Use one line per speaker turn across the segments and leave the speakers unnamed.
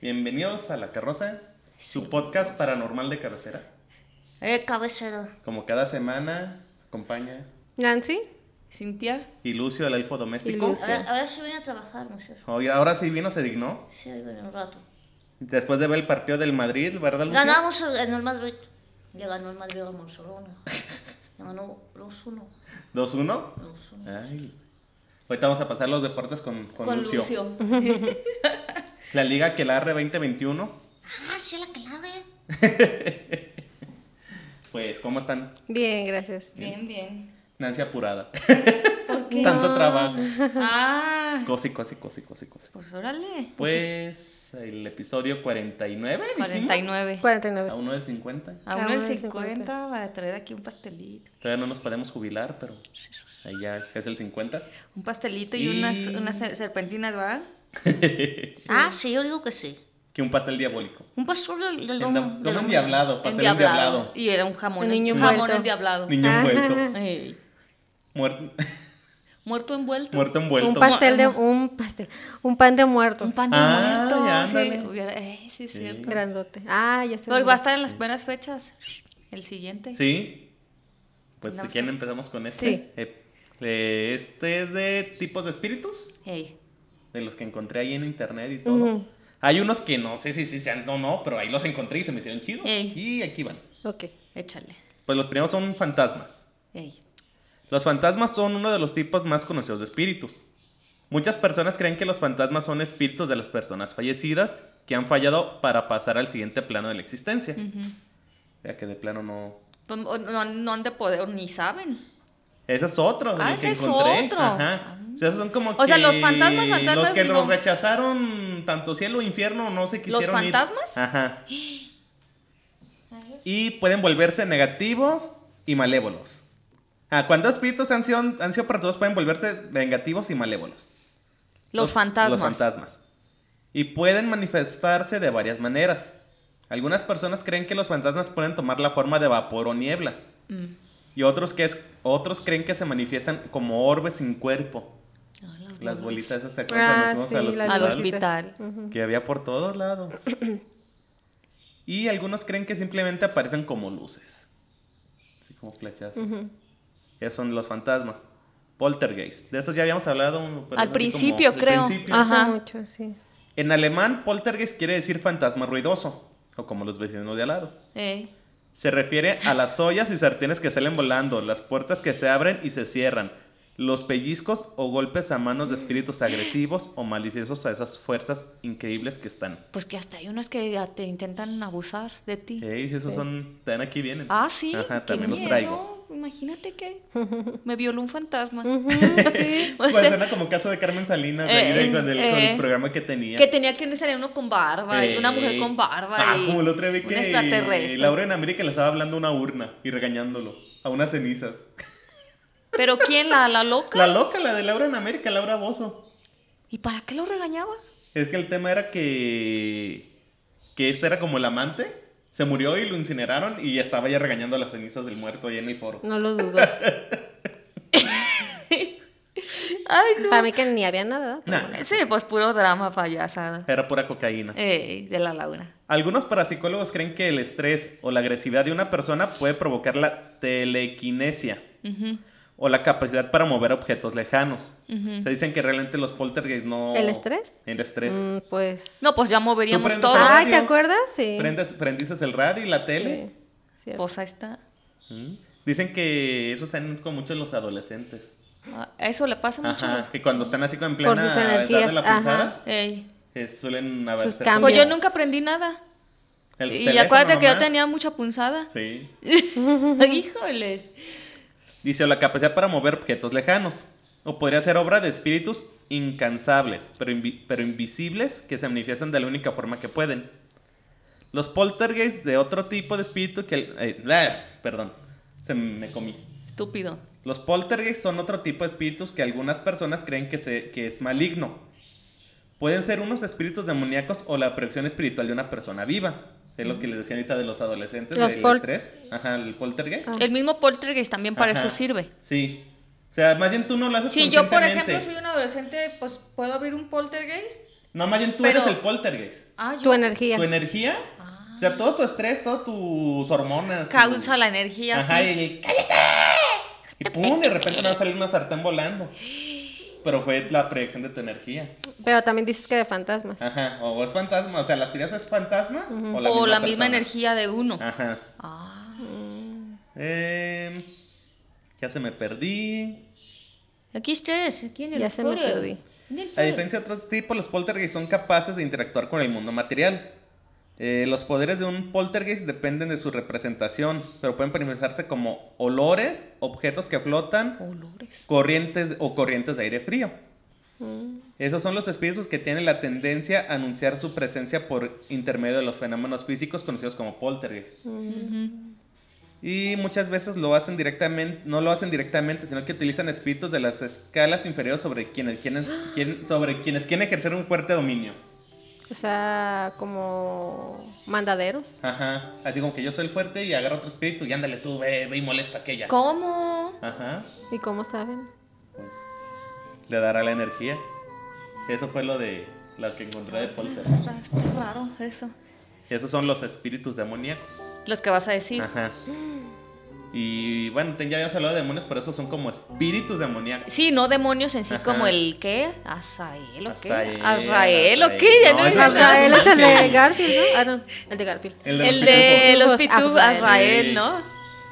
Bienvenidos a La Carroza, su podcast paranormal de cabecera.
Eh, cabecero.
Como cada semana, acompaña
Nancy, Cintia.
y Lucio, el elfo doméstico.
Y Lucio.
Ahora, ahora sí vine a trabajar, muchachos.
Oye, ahora sí vino, se dignó.
Sí, ahí venía un rato.
Después de ver el partido del Madrid, ¿verdad, Lucio?
Ganamos el- en el Madrid. Le ganó el Madrid a Barcelona. Le ganó 2-1.
2-1.
2-1.
Ay. Ahorita vamos a pasar los deportes con, con,
Con
Lucio.
Lucio.
La Liga Quelarre 2021.
Ah, sí, la clave.
Pues, ¿cómo están?
Bien, gracias.
Bien,
Bien, bien.
Nancy apurada.
¿Por qué?
Tanto trabajo.
Ah,
Cosi, cosi, cosi, cosi, cosi.
pues órale.
Pues, el episodio 49, dijimos. Ah,
49.
A
49.
uno del 50.
A uno del 50 para traer aquí un pastelito.
Todavía no nos podemos jubilar, pero ahí ya es el 50.
Un pastelito y,
Y-
unas, unas ser- serpentinas, ¿va?
Ah, sí, yo digo que sí.
Que un pastel diabólico.
Un pastor del, del
Enda-
lomo- del
Como
lomo.
endiablado, pastel endiablado.
Y era un jamón.
Un niño
un jamón
envuelto.
endiablado.
Niño
Ah.
envuelto.
Ey,
Muer-
Muerto envuelto.
Muerto envuelto.
Un pastel de un pastel, un pan de muerto.
Un pan
Ah,
envuelto.
ya,
sí,
ándale.
hubiera- eh, sí, es
Sí.
cierto.
grandote. Ah, ya se
Pero
me
va
olvidó.
a estar en las buenas fechas. El siguiente.
Sí. Pues si
Andamos
quieren empezamos con este.
Sí.
Eh, eh, este es de tipos de espíritus,
Ey,
de los que encontré ahí en internet y todo.
Ujú.
Hay unos que no sé si, si sean o no, pero ahí los encontré y se me hicieron chidos.
Ey.
Y aquí van.
Ok.
échale.
Pues los primeros son fantasmas.
Ey.
Los fantasmas son uno de los tipos más conocidos de espíritus. Muchas personas creen que los fantasmas son espíritus de las personas fallecidas que han fallado para pasar al siguiente plano de la existencia.
Ujú.
Ya que de plano no.
Pues, o- No, no han de poder, ni saben.
Ese es otro,
Ah,
el que
ese es
encontré.
otro.
Ajá. O sea, esos son como
O sea,
que
los fantasmas,
Los
fantasmas,
que
no.
los rechazaron tanto cielo o infierno, no se quisieron ir.
fantasmas?
Ajá. Y pueden volverse negativos y malévolos. Ah, cuando espíritus han sido, han sido perturbados, pueden volverse negativos y malévolos.
Los, fantasmas.
Los fantasmas. Y pueden manifestarse de varias maneras. Algunas personas creen que los fantasmas pueden tomar la forma de vapor o niebla.
Mm.
Y otros, que es, otros creen que se manifiestan como orbes sin cuerpo.
Ah, las
Las
bolas.
bolitas esas se acuerdan
Ah,
cuando
sí,
fuimos al
las
Al
hospital?
bolitas.
hospital.
Ujú.
Que había por todos lados. y algunos creen que simplemente aparecen como luces. Así como flechazos.
Mm.
Ujú.
Esos son los fantasmas. Poltergeist. De esos ya habíamos hablado. pero
Al
es así como-
principio,
al
creo.
principio.
Ajá.
Hace mucho, sí.
En alemán, poltergeist quiere decir fantasma ruidoso, o como los vecinos de al lado.
Ey.
Se refiere a las ollas y sartenes que salen volando, las puertas que se abren y se cierran, los pellizcos o golpes a manos de espíritus agresivos o maliciosos a esas fuerzas increíbles que están.
Pues que hasta hay unos que ya te intentan abusar de ti.
Ey, esos son, también aquí vienen.
Ah, sí.
Eh, Ajá,
qué
también los
miedo.
traigo.
Imagínate que me violó un fantasma.
Ujú, sí.
O
Pues
sea,
suena como caso de Carmen Salinas, de ahí
Eh,
de- con, el, con el
eh,
programa que tenía.
que tenía que salir uno con barba y una mujer
Ey.
con barba.
Ah,
y
como el otro día
un
que
extraterrestre.
Laura en América le estaba hablando a una urna y regañándolo, a unas cenizas.
Pero ¿quién? ¿La, la loca?
La loca, la de Laura en América, Laura Bozo.
¿Y para qué lo regañaba?
Es que el tema era que. que este era como el amante. Se murió y lo incineraron y ya estaba ya regañando a las cenizas del muerto ahí en el foro.
No lo dudo.
Ay, no.
Para mí que ni había nada.
Nah, nah,
Sí, pues puro drama payasada.
Era pura cocaína.
Ey, de la laguna.
Algunos parapsicólogos creen que el estrés o la agresividad de una persona puede provocar la telequinesia
Ujú,
o la capacidad para mover objetos lejanos.
ujú.
Se dicen que realmente los poltergeists no.
Mm. ¿El estrés?
El estrés.
Mm, pues.
No, pues ya moveríamos
prendes
todo.
a-
Ay, ¿te
radio.
acuerdas? Sí.
Prendes- prendices el radio y la tele.
Sí, cierto.
Pues ahí está.
Mm. Dicen que eso se han con muchos los adolescentes.
Ah, Eso le pasa mucho.
Ajá, que cuando están así con en
Por
plena
sus
edad de
energías,
la
ajá.
punzada,
Ey.
eh, suelen haber
Sus
ser-
cambios.
Pues yo
Cambias.
nunca aprendí nada.
El
y
teléfono
acuérdate que yo
nomás.
tenía mucha punzada.
Sí.
Híjoles.
Dice, o la capacidad para mover objetos lejanos. O podría ser obra de espíritus incansables, pero, invi- pero invisibles, que se manifiestan de la única forma que pueden. Los poltergeists de otro tipo de espíritu que... el- eh, bleh, perdón, se me comí.
Estúpido.
Los poltergeists son otro tipo de espíritus que algunas personas creen que, se, que es maligno. Pueden ser unos espíritus demoníacos o la proyección espiritual de una persona viva. Es lo que les decía ahorita de los adolescentes,
Los
del
pol-
estrés. Ajá, el poltergeist.
Ah.
El mismo poltergeist también para
Ajá.
eso sirve.
Sí. O sea, más bien tú no lo haces
Si yo, por
conscientemente.
ejemplo, soy un adolescente, pues puedo abrir un poltergeist.
No, más bien tú
pero-
eres el poltergeist.
Ah, yo.
Tu energía.
Tu energía,
Ah.
o sea, todo tu estrés, todas tus hormonas. tu-
Causa la energía,
Ajá,
sí.
y el ¡cállate! Y pum, de repente me va a salir una sartén volando. Pero fue la proyección de tu energía.
Pero también dices que de fantasmas.
Ajá, o es fantasma, o sea, las tiras es fantasmas
Ujú.
o la,
o
misma,
la misma
persona.
energía de uno.
Ajá.
Ah.
Mm.
Em, ya se me perdí.
Aquí estés, aquí en el
Ya se me
foro.
perdí.
En el
A
foro.
diferencia de otros tipos, los poltergeists son capaces de interactuar con el mundo material. Eh, los poderes de un poltergeist dependen de su representación, pero pueden manifestarse como olores, objetos que flotan,
Olores.
corrientes o corrientes de aire frío.
Mm.
Esos son los espíritus que tienen la tendencia a anunciar su presencia por intermedio de los fenómenos físicos conocidos como poltergeist.
Mm.
Ujú.
Y muchas veces lo hacen directamente, no lo hacen directamente, sino que utilizan espíritus de las escalas inferiores sobre quienes quieren, quieren- sobre quienes quieren ejercer un fuerte dominio.
O sea, como mandaderos.
Ajá. Así como que yo soy el fuerte y agarro otro espíritu y ándale tú, ve, ve y molesta a aquella.
¿Cómo?
Ajá.
¿Y cómo saben?
Pues le dará la energía. Eso fue lo de lo que encontré de poltergeist.
Ah, Está raro eso.
Esos son los espíritus demoníacos.
Los que vas a decir.
Ajá. Pues Y bueno, ten- ya habíamos hablado de demonios, pero esos son como espíritus demoníacos.
Sí, no demonios en sí,
Ajá.
como el qué? Azael o qué?
Azael,
Azrael o qué?
Azrael.
Ya
No,
no
ese
sé
es
nada.
Azrael es Ah, el de
Azrael.
Garfield, ¿no? Ah, no, el de Garfield.
El
El
los
de los
pitufos.
pitufos,
Azrael.
Azrael, ¿no?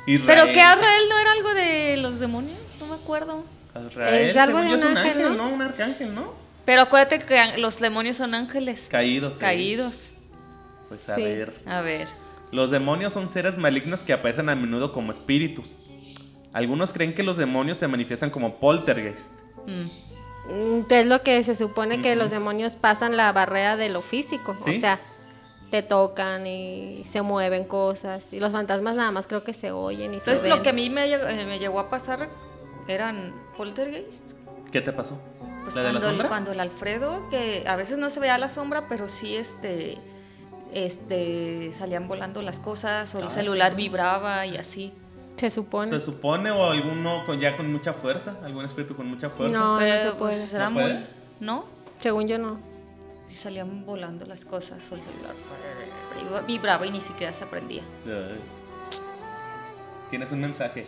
pitufos.
Pero
Israel.
que Azrael no era algo de los demonios, no me acuerdo.
Azrael,
Es algo
según
de
yo,
un
es
ángel, ¿no?
Un arcángel, ¿no?
Pero acuérdate que an- los demonios son ángeles
Caídos. sí.
caídos.
Pues a
Sí.
ver.
A ver.
Los demonios son seres malignos que aparecen a menudo como espíritus. Algunos creen que los demonios se manifiestan como poltergeist.
Mm.
Mm, que es lo que se supone que
Ujú.
los demonios pasan la barrera de lo físico.
Sí.
O sea, te tocan y se mueven cosas. Y los fantasmas nada más creo que se oyen y se
Entonces
ven.
lo que a mí me, llegó- eh, me llegó a pasar eran poltergeist.
¿Qué te pasó?
Pues
¿La de la
cuando, el-
sombra?
cuando el Alfredo, que a veces no se veía la sombra, pero sí este, este, salían volando las cosas o el
Ah.
celular vibraba y así.
Se supone.
¿Se supone o alguno con, ya con mucha fuerza? ¿Algún espíritu con mucha fuerza?
No, no se
Pero, pues
puede.
era
¿No
muy...
puede?
¿No?
Según yo no.
Y salían volando las cosas o el celular vibra- vibraba y ni siquiera se aprendía.
Ay. Tienes un mensaje.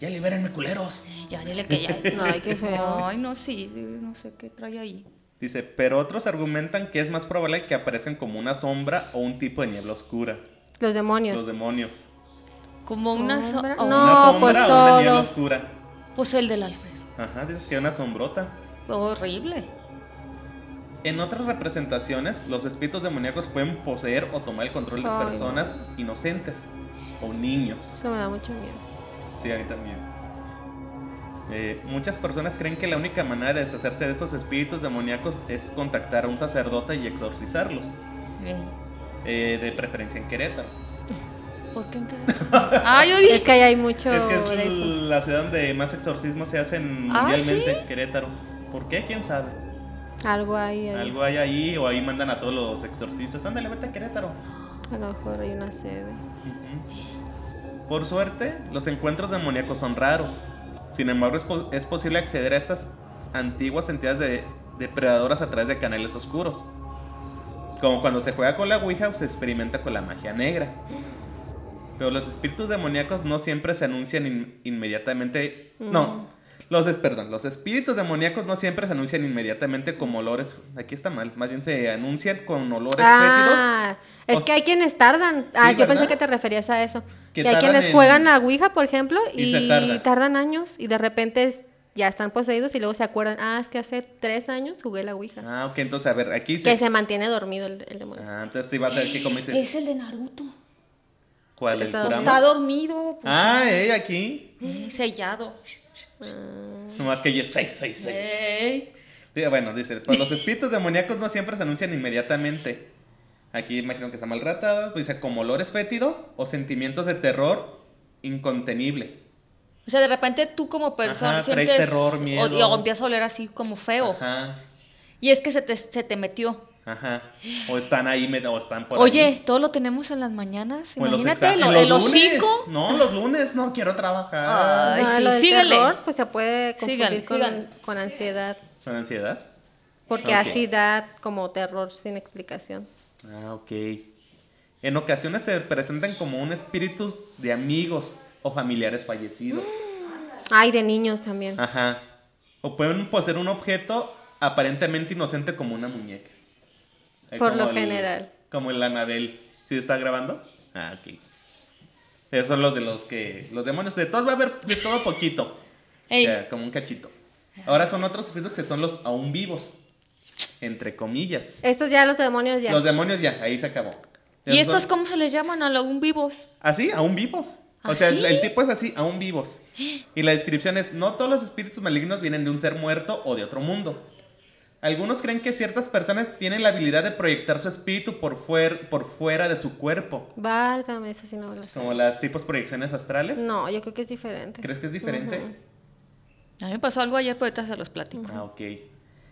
Ya libérenme, culeros.
Eh, Ya, dile que ya.
Ay, qué feo.
Ay, no, sí, sí, no sé qué trae ahí.
Dice, pero otros argumentan que es más probable que aparezcan como una sombra o un tipo de niebla oscura.
Los demonios.
Los demonios.
Como una sombra.
Sombra.
una
No,
sombra
pues
o una niebla
todos.
oscura.
Pues el del Alfredo.
Ajá, dices que una sombrota.
Horrible.
En otras representaciones, los espíritus demoníacos pueden poseer o tomar el control de
Ay.
personas inocentes o niños.
Eso me da mucho miedo.
Sí, a mí también. Eh, muchas personas creen que la única manera de deshacerse de esos espíritus demoníacos es contactar a un sacerdote y exorcizarlos,
Eh,
eh, de preferencia en Querétaro.
¿Por qué en Querétaro? ah, yo dije.
Es que ahí hay mucho
es que es
de eso.
la ciudad donde más exorcismos se hacen
Ah,
mundialmente, Querétaro. ¿Por qué? ¿Quién sabe?
Algo ahí, ahí.
Algo hay ahí o ahí mandan a todos los exorcistas. Ándale, vete a Querétaro.
A lo mejor hay una sede.
Ujú. Por suerte, los encuentros demoníacos son raros. Sin embargo, es, po- es posible acceder a estas antiguas entidades de- depredadoras a través de canales oscuros. Como cuando se juega con la Ouija o se experimenta con la magia negra. Pero los espíritus demoníacos no siempre se anuncian in- inmediatamente.
Mm.
No. Los, es- perdón, los espíritus demoníacos no siempre se anuncian inmediatamente como olores. Aquí está mal. Más bien se anuncian con olores fétidos
Ah,
O
es que hay quienes tardan. Ah,
Sí,
yo
¿verdad?
pensé que te referías a eso.
que
Que hay
tardan
quienes
en-
juegan a Ouija, por ejemplo,
y
y,
se tardan.
tardan. años y de repente es- ya están poseídos y luego se acuerdan, ah, es que hace tres años jugué la Ouija.
Ah, ok, entonces a ver, aquí
Que se mantiene dormido el, el demonio.
Ah, entonces sí va a tener que comerse.
Es el de Naruto.
¿Cuál? ¿El
Está
Está
Kurama?
dormido. pues,
Ah, eh, aquí.
Sellado.
Ah,
Nomás que yo seis, seis,
Eh.
seis.
Ey.
Digo, Bueno, dice, pues los espíritus demoníacos no siempre se anuncian inmediatamente. Aquí imagino que está mal ratado. Pues dice, como olores fétidos o sentimientos de terror incontenible.
O sea, de repente tú como persona
Ajá, traes
sientes
terror,
o-
miedo.
y- o empiezas a oler así como feo.
Ajá.
Y es que se te, se te metió.
Ajá. O están ahí, met- o están por
Oye,
ahí.
todo lo tenemos en las mañanas.
O en los
Imagínate,
exámenes.
lo-
En
el hocico.
lunes. No, los lunes no quiero trabajar.
Ay,
No,
sí,
lo del
síguele.
terror, pues se puede confundir
Sígale,
con,
sígale.
con ansiedad.
¿Con ansiedad?
Porque
Ok.
así da como terror sin explicación.
Ah, ok. En ocasiones se presentan como un espíritus de amigos o familiares fallecidos.
Ay, de niños también.
Ajá. O pueden poseer un objeto aparentemente inocente como una muñeca. Ahí
Por
como
lo
el-
general.
Como el Anabel. ¿Sí está grabando? Ah, ok. Esos son los de los que. Los demonios. De todos va a haber de todo poquito.
Ey,
O sea, como un cachito. Ahora son otros espíritus que son los aún vivos. Entre comillas.
Estos ya los demonios ya.
Los demonios ya, ahí se acabó.
¿Y
Esos
estos
son-
cómo se les llaman? A los vivos.
Así, aún vivos. O sea, el,
¿Así?
el tipo es así, aún vivos. Y la descripción es, no todos los espíritus malignos vienen de un ser muerto o de otro mundo. Algunos creen que ciertas personas tienen la habilidad de proyectar su espíritu por, fuer- por fuera de su cuerpo.
Válgame, esa sí no me la sé.
Como las tipos proyecciones astrales.
No, yo creo que es diferente.
¿Crees que es diferente?
A mí me pasó algo ayer, pero ahorita se los platico.
Ah, ok.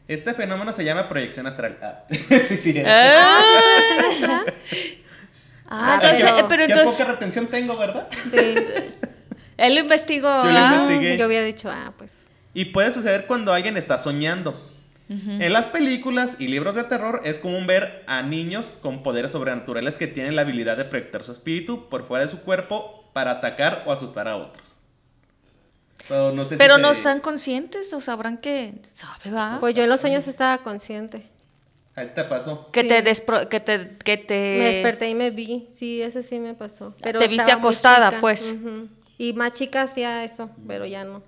Este fenómeno se llama proyección astral. Ah, sí, sí.
Ah,
Ah,
Ah,
Qué-
entonces,
qué
eh, pero entonces-
poca retención tengo, ¿verdad?
Sí.
él lo investigó.
Yo lo
¿ah?
investigué. investigué.
Yo hubiera dicho, ah, pues.
Y puede suceder cuando alguien está soñando.
Ujú.
En las películas y libros de terror es común ver a niños con poderes sobrenaturales que tienen la habilidad de proyectar su espíritu por fuera de su cuerpo para atacar o asustar a otros. Pero no sé si
Pero
se-
no están conscientes, o sabrán que. Ah, ¿Sabe, va?
Pues yo en los sueños estaba consciente.
Ahí te pasó.
que,
sí.
te despro- que te. Que te...
Me desperté y me vi. Sí, ese sí me pasó. Pero
Eh, Te viste
estaba muy
acostada,
chica.
pues.
Ujú. Y más chica hacía eso, pero ya no.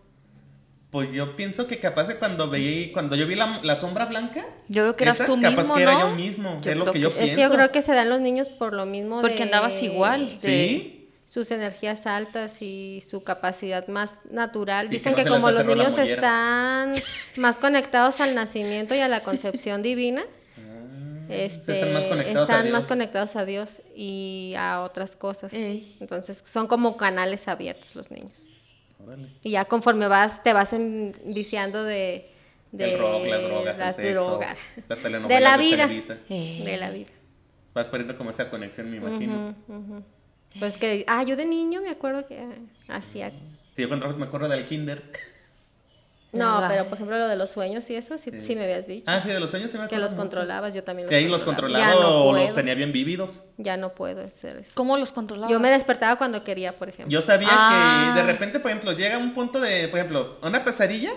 Pues yo pienso que capaz de cuando vi, cuando yo vi la, la sombra blanca,
Yo creo que eras
esa,
tú
capaz
mismo,
que
¿no?
era yo mismo,
Yo
es lo
creo
que yo
que-
pienso.
Es que yo creo que se dan los niños por lo mismo.
Porque
de-
andabas igual.
Sí,
sus energías altas y su capacidad más natural.
Y
Dicen
que no
que,
se les
como los
acerró la
niños
mollera.
están más conectados al nacimiento y a la concepción divina,
Ah,
este,
están más conectados a
están
Dios.
más conectados a Dios y a otras cosas.
Ey.
Entonces son como canales abiertos los niños.
Órale.
Y ya conforme vas, te vas en- viciando de, de
El rock, las drogas, el
las
sexo,
drogas,
las telenovelas
De la vida.
Televisa.
Eh.
de la vida.
Vas perdiendo como esa conexión, me imagino.
Ujú, ujú. Pues que, ah, yo de niño me acuerdo que ah, hacía
Sí, yo cuando me acuerdo del kinder.
No,
¿Verdad?
pero por ejemplo lo de los sueños y eso, sí,
Sí.
sí me habías dicho.
Ah, sí, de los sueños se me
que
acuerdo
los
mucho.
controlabas, yo también los
De ahí los controlaba
Ya no
o
puedo,
los tenía bien vividos.
ya no puedo hacer eso.
¿Cómo los controlaba?
Yo me despertaba cuando quería, por ejemplo.
Yo sabía
Ah.
que de repente, por ejemplo, llega un punto de, por ejemplo, una pesadilla.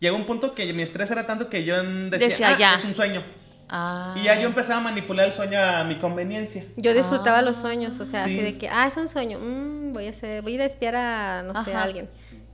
Llega un punto que mi estrés era tanto que yo en- decía,
Decía,
"Ah,
ya".
es un sueño.
Ah.
Y ya yo empezaba a manipular el sueño a mi conveniencia.
Yo disfrutaba
Ah,
los sueños, o sea,
sí.
así de que, ah, es un sueño, mm, voy a hacer, voy a ir a espiar a, no sé,
Ajá.
a alguien.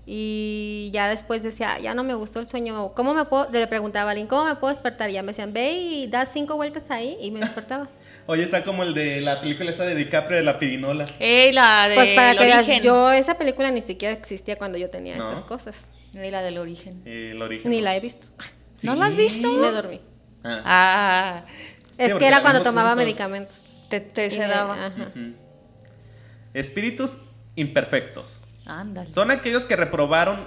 Y ya después decía, "Ah, ya no me gustó el sueño, o, ¿cómo me puedo? Le preguntaba a alguien, ¿cómo me puedo despertar? Y ya me decían, ve y da cinco vueltas ahí y me despertaba.
Oye, está como el de la película esta de DiCaprio de la pirinola.
Ey, la de
pues para
el
que veas,
origen.
yo, esa película ni siquiera existía cuando yo tenía estas
No.
cosas.
Ey, la del origen.
eh, el origen.
Ni la he visto.
Sí.
¿No la has visto?
Me dormí.
Ah.
Ah,
Es
porque
que era
la
cuando
vimos
tomaba
juntos.
medicamentos.
te, te
Y me- ah.
sedaba.
ajá.
Ujú. Espíritus imperfectos.
Ándale.
Son aquellos que reprobaron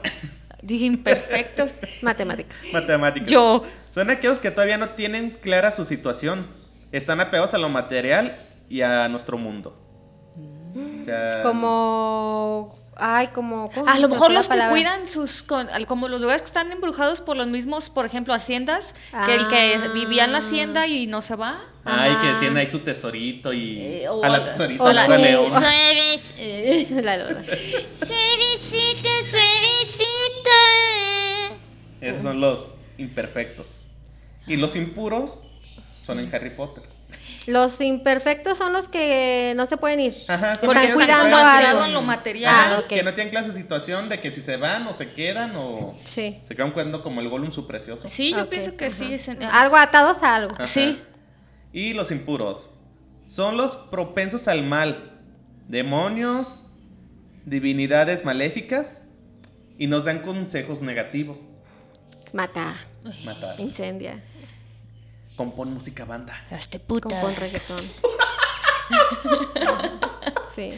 Dije imperfectos.
Matemáticas.
matemáticas.
yo.
Son aquellos que todavía no tienen clara su situación. Están apegados a lo material y a nuestro mundo. O sea,
Como. Ay, como. ¿cómo
A
se
lo
me
mejor
fue la
los que
palabra?
cuidan sus, con- al- como los lugares que están embrujados por los mismos, por ejemplo, haciendas, que el que
Ah.
es- vivía en la hacienda y no se va.
Ay,
Ajá.
que tiene ahí su tesorito y.
Eh, o
a
a-
la tesorita
o
la
su-
releo.
su-
Suavecito,
La Lola.
suavecito.
Esos son los imperfectos. Y los impuros son en Harry Potter.
Los imperfectos son los que no se pueden ir.
Ajá, son
Porque
aquellos
están
que
cuidando
todavía
algo.
tienen-
en lo material.
Ajá,
Ah, ok.
Que no tienen clara su situación de que si se van o se quedan o.
Sí.
Se quedan cuidando como el Gollum su precioso.
Sí, yo
Ok,
pienso que
ajá.
sí. es en- eh, Ah.
Algo atados a algo.
Ajá.
Sí.
Y los impuros. Son los propensos al mal. Demonios, divinidades maléficas. Y nos dan consejos negativos.
Mata,
Matar.
incendia,
Compón música banda.
Este puta.
compón reggaetón. sí.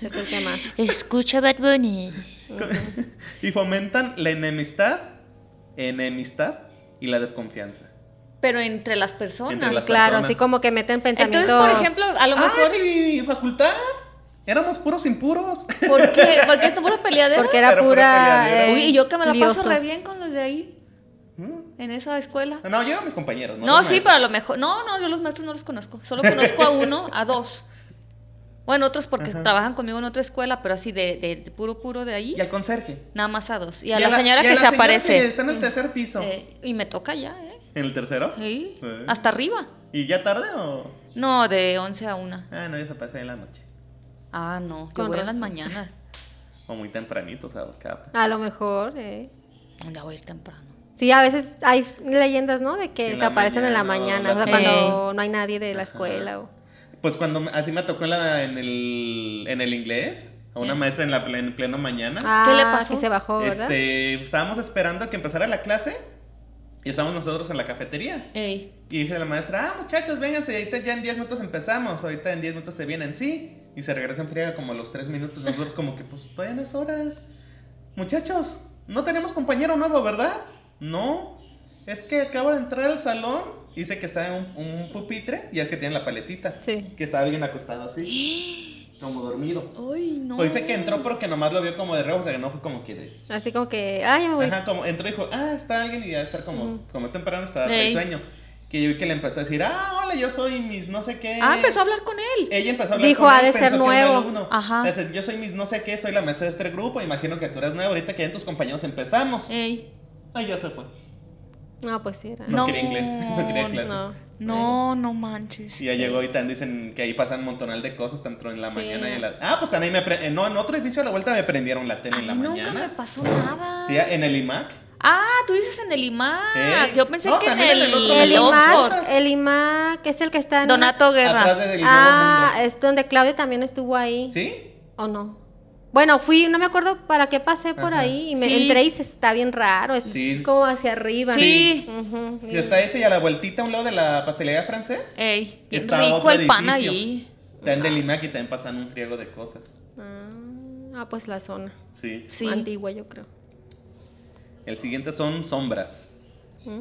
Es el que más.
Escucha Bad Bunny.
Ujú.
Y fomentan la enemistad. Enemistad. y la desconfianza.
Pero entre las personas.
Entre las
claro,
personas.
así como que meten pensamientos.
Entonces, por ejemplo, a
Ah.
lo mejor,
¡Ay, mi facultad! Éramos puros impuros.
¿por qué? Porque es pura peleadera.
porque era
Pero pura
pura.
peleadera.
eh,
Uy, y yo que me la paso re
liosos.
bien con los de ahí,
No,
en esa escuela.
yo a mis compañeros. No,
No,
Los
sí,
maestros.
pero a lo mejor. No, no, yo los maestros no los conozco. Solo conozco a uno, a dos. Bueno, otros porque
Ajá.
trabajan conmigo en otra escuela, pero así de, de- de puro, puro de ahí,
Y al conserje.
nada más a dos. Y
Y
a la señora
y a
que
la
se
señora
aparece.
que está en el tercer piso.
Eh, y me toca ya, ¿eh?
¿En el tercero?
Sí,
Sí.
Hasta arriba.
¿Y ya tarde o...?
No, de 11 a 1.
Ah, no, ya se pasa en la noche.
Ah, no, yo
Con
voy en las
razón.
mañanas.
O muy tempranito, o sea, cada...
A lo mejor. eh.
Ya voy a ir temprano.
Sí, a veces hay leyendas, ¿no? De que
En
se
la
aparecen en la
mañana, o
mañana, o sea,
las-
cuando no hay nadie de
Ajá.
la escuela. O...
Pues cuando me- así me tocó en, la- en el, en el inglés, a una
Eh.
maestra en, la, plen- en pleno mañana.
Ah,
¿Qué le pasó?
Que se bajó, ¿verdad?
este, estábamos esperando a que empezara la clase y estábamos nosotros en la cafetería.
Ey,
Y dije a la maestra, ah, muchachos, vénganse, ahorita ya en 10 minutos empezamos, ahorita en 10 minutos se vienen, sí. Y se regresan friega como a los 3 minutos, nosotros como que, pues todavía no es hora. Muchachos, no tenemos compañero nuevo, ¿verdad? No, es que acaba de entrar al salón, dice que está en un, un pupitre y es que tiene la paletita.
Sí.
Que estaba alguien acostado así, como dormido.
Ay, no.
Pues dice que entró porque nomás lo vio como de reojo, o sea que no fue como que de...
Así como que, ah, ya me voy.
Ajá, como entró y dijo, ah, está alguien y ya estar como,
Ujú.
como es temprano, está
Ey.
el sueño. Que yo vi que le empezó a decir, ah, hola, yo soy mis no sé qué.
Ah, empezó a hablar con él.
Ella empezó a hablar
Dijo,
con
"Ha
él,
de
pensó
ser
que era un
nuevo".
alumno.
Ajá.
Entonces, yo soy mis no sé qué, soy la mesa de este grupo, imagino que tú eres nueva, ahorita que en tus compañeros empezamos.
Ey.
Ay, ya se fue.
No, pues sí, era.
No,
No,
quería inglés, no quería clases.
no.
No, no manches.
Y ya llegó y tan dicen que ahí pasan un montonal de cosas, tanto en la
Sí.
mañana y en la... Ah, pues tan ahí me... pre- eh, No, en otro edificio a la vuelta me prendieron la tele
A
en la
mí nunca me
mañana.
pasó nada.
Sí, en el IMAC.
Ah, tú dices en el IMAC.
Ey.
Yo pensé
¿Eh? No,
que en
también en
el,
el otro,
El
en
el Oxford.
IMAC, el IMAC es el que está en...
Donato Guerra. eh.
Atrás del Nuevo
Ah,
Mundo.
es donde Claudio también estuvo ahí.
¿Sí?
¿O no? Bueno, fui, no me acuerdo para qué pasé por
Ajá.
ahí y me
Sí.
entré y se está bien raro, es
Sí.
como hacia arriba.
Sí.
Ujú, y-
Y está ese y a la vueltita a un lado de la pastelería francés.
Ey, bien
Está
rico
otro
el pan
edificio.
ahí.
Están del IMAC y también pasan un friego de cosas.
Ah, pues la zona
Sí.
Sí.
antigua, yo creo.
El siguiente son sombras.
Mm.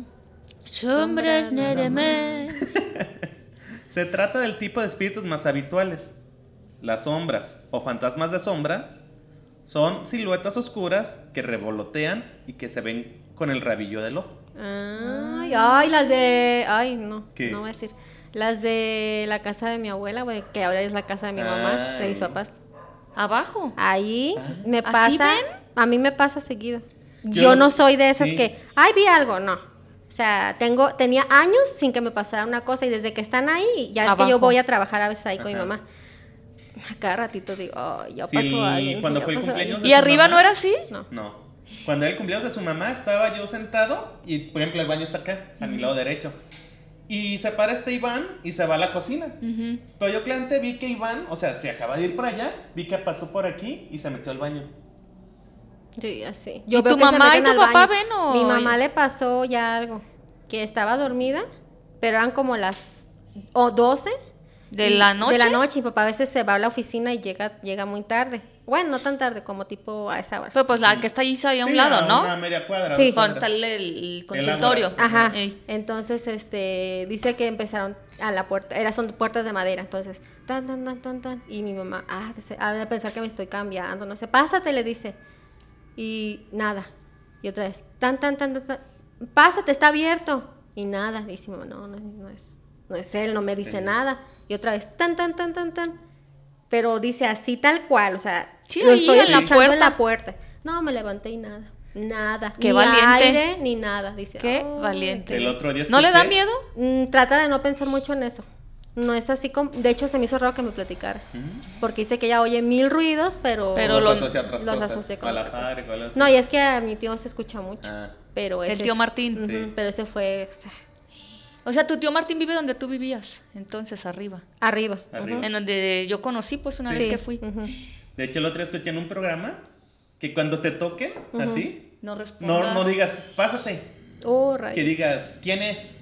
Sombras nada más.
Se trata del tipo de espíritus más habituales. Las sombras o fantasmas de sombra son siluetas oscuras que revolotean y que se ven con el rabillo del ojo.
Ay, ay, las de. Ay, no,
Ah. ¿Qué?
no voy a decir. Las de la casa de mi abuela, güey, que ahora es la casa de mi mamá, de mis
Ay.
papás.
Abajo.
Ahí me
¿Así
pasa. A mí me pasa seguido.
Yo
Yo,
no-
no soy de esas
sí.
que, ay, vi algo, no. O sea, tengo, tenía años sin que me pasara una cosa y desde que están ahí, ya es que yo
Abajo.
voy a trabajar a veces ahí con mi
Ajá.
mamá. A cada ratito digo, ay, ya
Sí,
pasó alguien.
cuando
ya
fue el
pasó alguien".
cumpleaños de-
¿Y arriba
mamá?
no era así?
No.
No. Cuando era el cumpleaños de su mamá, estaba yo sentado y, por ejemplo, el baño está acá, a mi lado derecho. Y se para este Iván y se va a la cocina.
Ujú.
Pero yo claramente vi que Iván, o sea, se acaba de ir por allá, vi que pasó por aquí y se metió al baño.
Sí, así.
¿Y tu mamá y tu papá ven o-
Mi mamá le pasó ya algo, que estaba dormida, pero eran como las o 12
¿De
y-
la noche?
De la noche, mi papá a veces se va a la oficina y llega llega muy tarde. Bueno, no tan tarde como tipo a esa hora.
Pero pues la que está allí sabía a un
Sí,
lado,
a
¿no?
Una media cuadra.
Sí.
dos
Cuando
cuadras.
está el, el
ágora.
consultorio.
Ajá.
Ey.
Entonces, este, dice que empezaron a la puerta, eran son puertas de madera, entonces, tan, tan, tan, tan, tan, y mi mamá, ah, dice, ha de pensar que me estoy cambiando, no sé, pásate, le dice, y nada, y otra vez, tan, tan, tan, tan, tan, pásate, está abierto, y nada, y dice mi mamá, no, no, no es, no es él, no me dice
Sí.
nada, y otra vez, tan, tan, tan, tan, tan, pero dice así tal cual, o sea,
Sí,
lo
ahí
estoy
en la
escuchando en
puerta.
la puerta, no, me levanté y nada. Nada,
Qué
ni
valiente.
aire, ni nada, dice.
Qué
"Ay,
valiente.
El otro día
¿No le da
escuché-
miedo?
Mm, trata de no pensar mucho en eso. No es así como... De hecho, se me hizo raro que me platicara.
Ujú.
Porque dice que ella oye mil ruidos, pero...
Pero
los
lo-
asocia a otras
los
cosas.
asocia con
a la
otra cosa.
fábrica, a la-
No, y es que a mi tío se escucha mucho.
Ah.
Pero
El
ese
tío
es-
Martín.
Ujú,
Sí.
Pero ese fue o sea,
O sea, tu tío Martín vive donde tú vivías, entonces arriba.
arriba.
Arriba.
Ujú.
En donde yo conocí, pues una
Sí.
vez
Sí,
que fui.
ujú.
De hecho, el otro día escuché en un programa que cuando te toquen,
Ujú.
así,
No
no,
respondas.
no digas, pásate,
Oh,
que
rayos.
digas, ¿quién es?